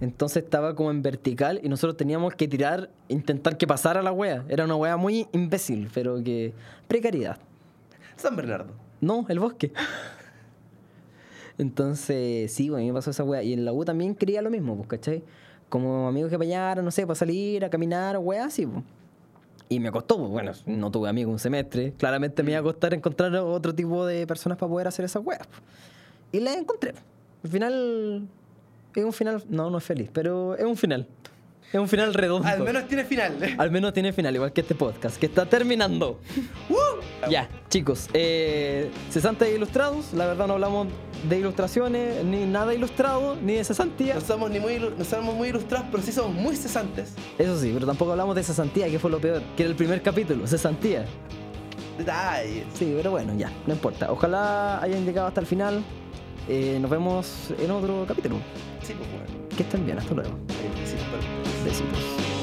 [SPEAKER 1] Entonces estaba como en vertical y nosotros teníamos que tirar, intentar que pasara la wea. Era una wea muy imbécil, pero que. precariedad.
[SPEAKER 2] San Bernardo.
[SPEAKER 1] No, el bosque. Entonces, sí, bueno, a mí me pasó esa weá. Y en la U también quería lo mismo, pues, ¿cachai? Como amigos que apañaron, no sé, para salir, a caminar, weá, así, pues. Y me costó, pues, bueno, no tuve amigos un semestre. Claramente me iba a costar encontrar otro tipo de personas para poder hacer esas weas. pues. Y las encontré. Al final, es un final, no, no es feliz, pero es un final. Es un final redondo.
[SPEAKER 2] Al menos tiene final.
[SPEAKER 1] Al menos tiene final, igual que este podcast, que está terminando.
[SPEAKER 2] ¡Uh!
[SPEAKER 1] Ya, chicos, eh, cesantes e ilustrados, la verdad no hablamos de ilustraciones, ni nada ilustrado, ni de cesantía.
[SPEAKER 2] No somos, ni muy, ilu- no somos muy ilustrados, pero sí somos muy cesantes.
[SPEAKER 1] Eso sí, pero tampoco hablamos de cesantía, que fue lo peor, que era el primer capítulo, cesantía.
[SPEAKER 2] Detalles.
[SPEAKER 1] Sí, pero bueno, ya, no importa. Ojalá hayan llegado hasta el final. Eh, nos vemos en otro capítulo.
[SPEAKER 2] Sí, pues bueno.
[SPEAKER 1] Que estén bien, hasta luego.
[SPEAKER 2] Eh, sí, pero-
[SPEAKER 1] Besitos.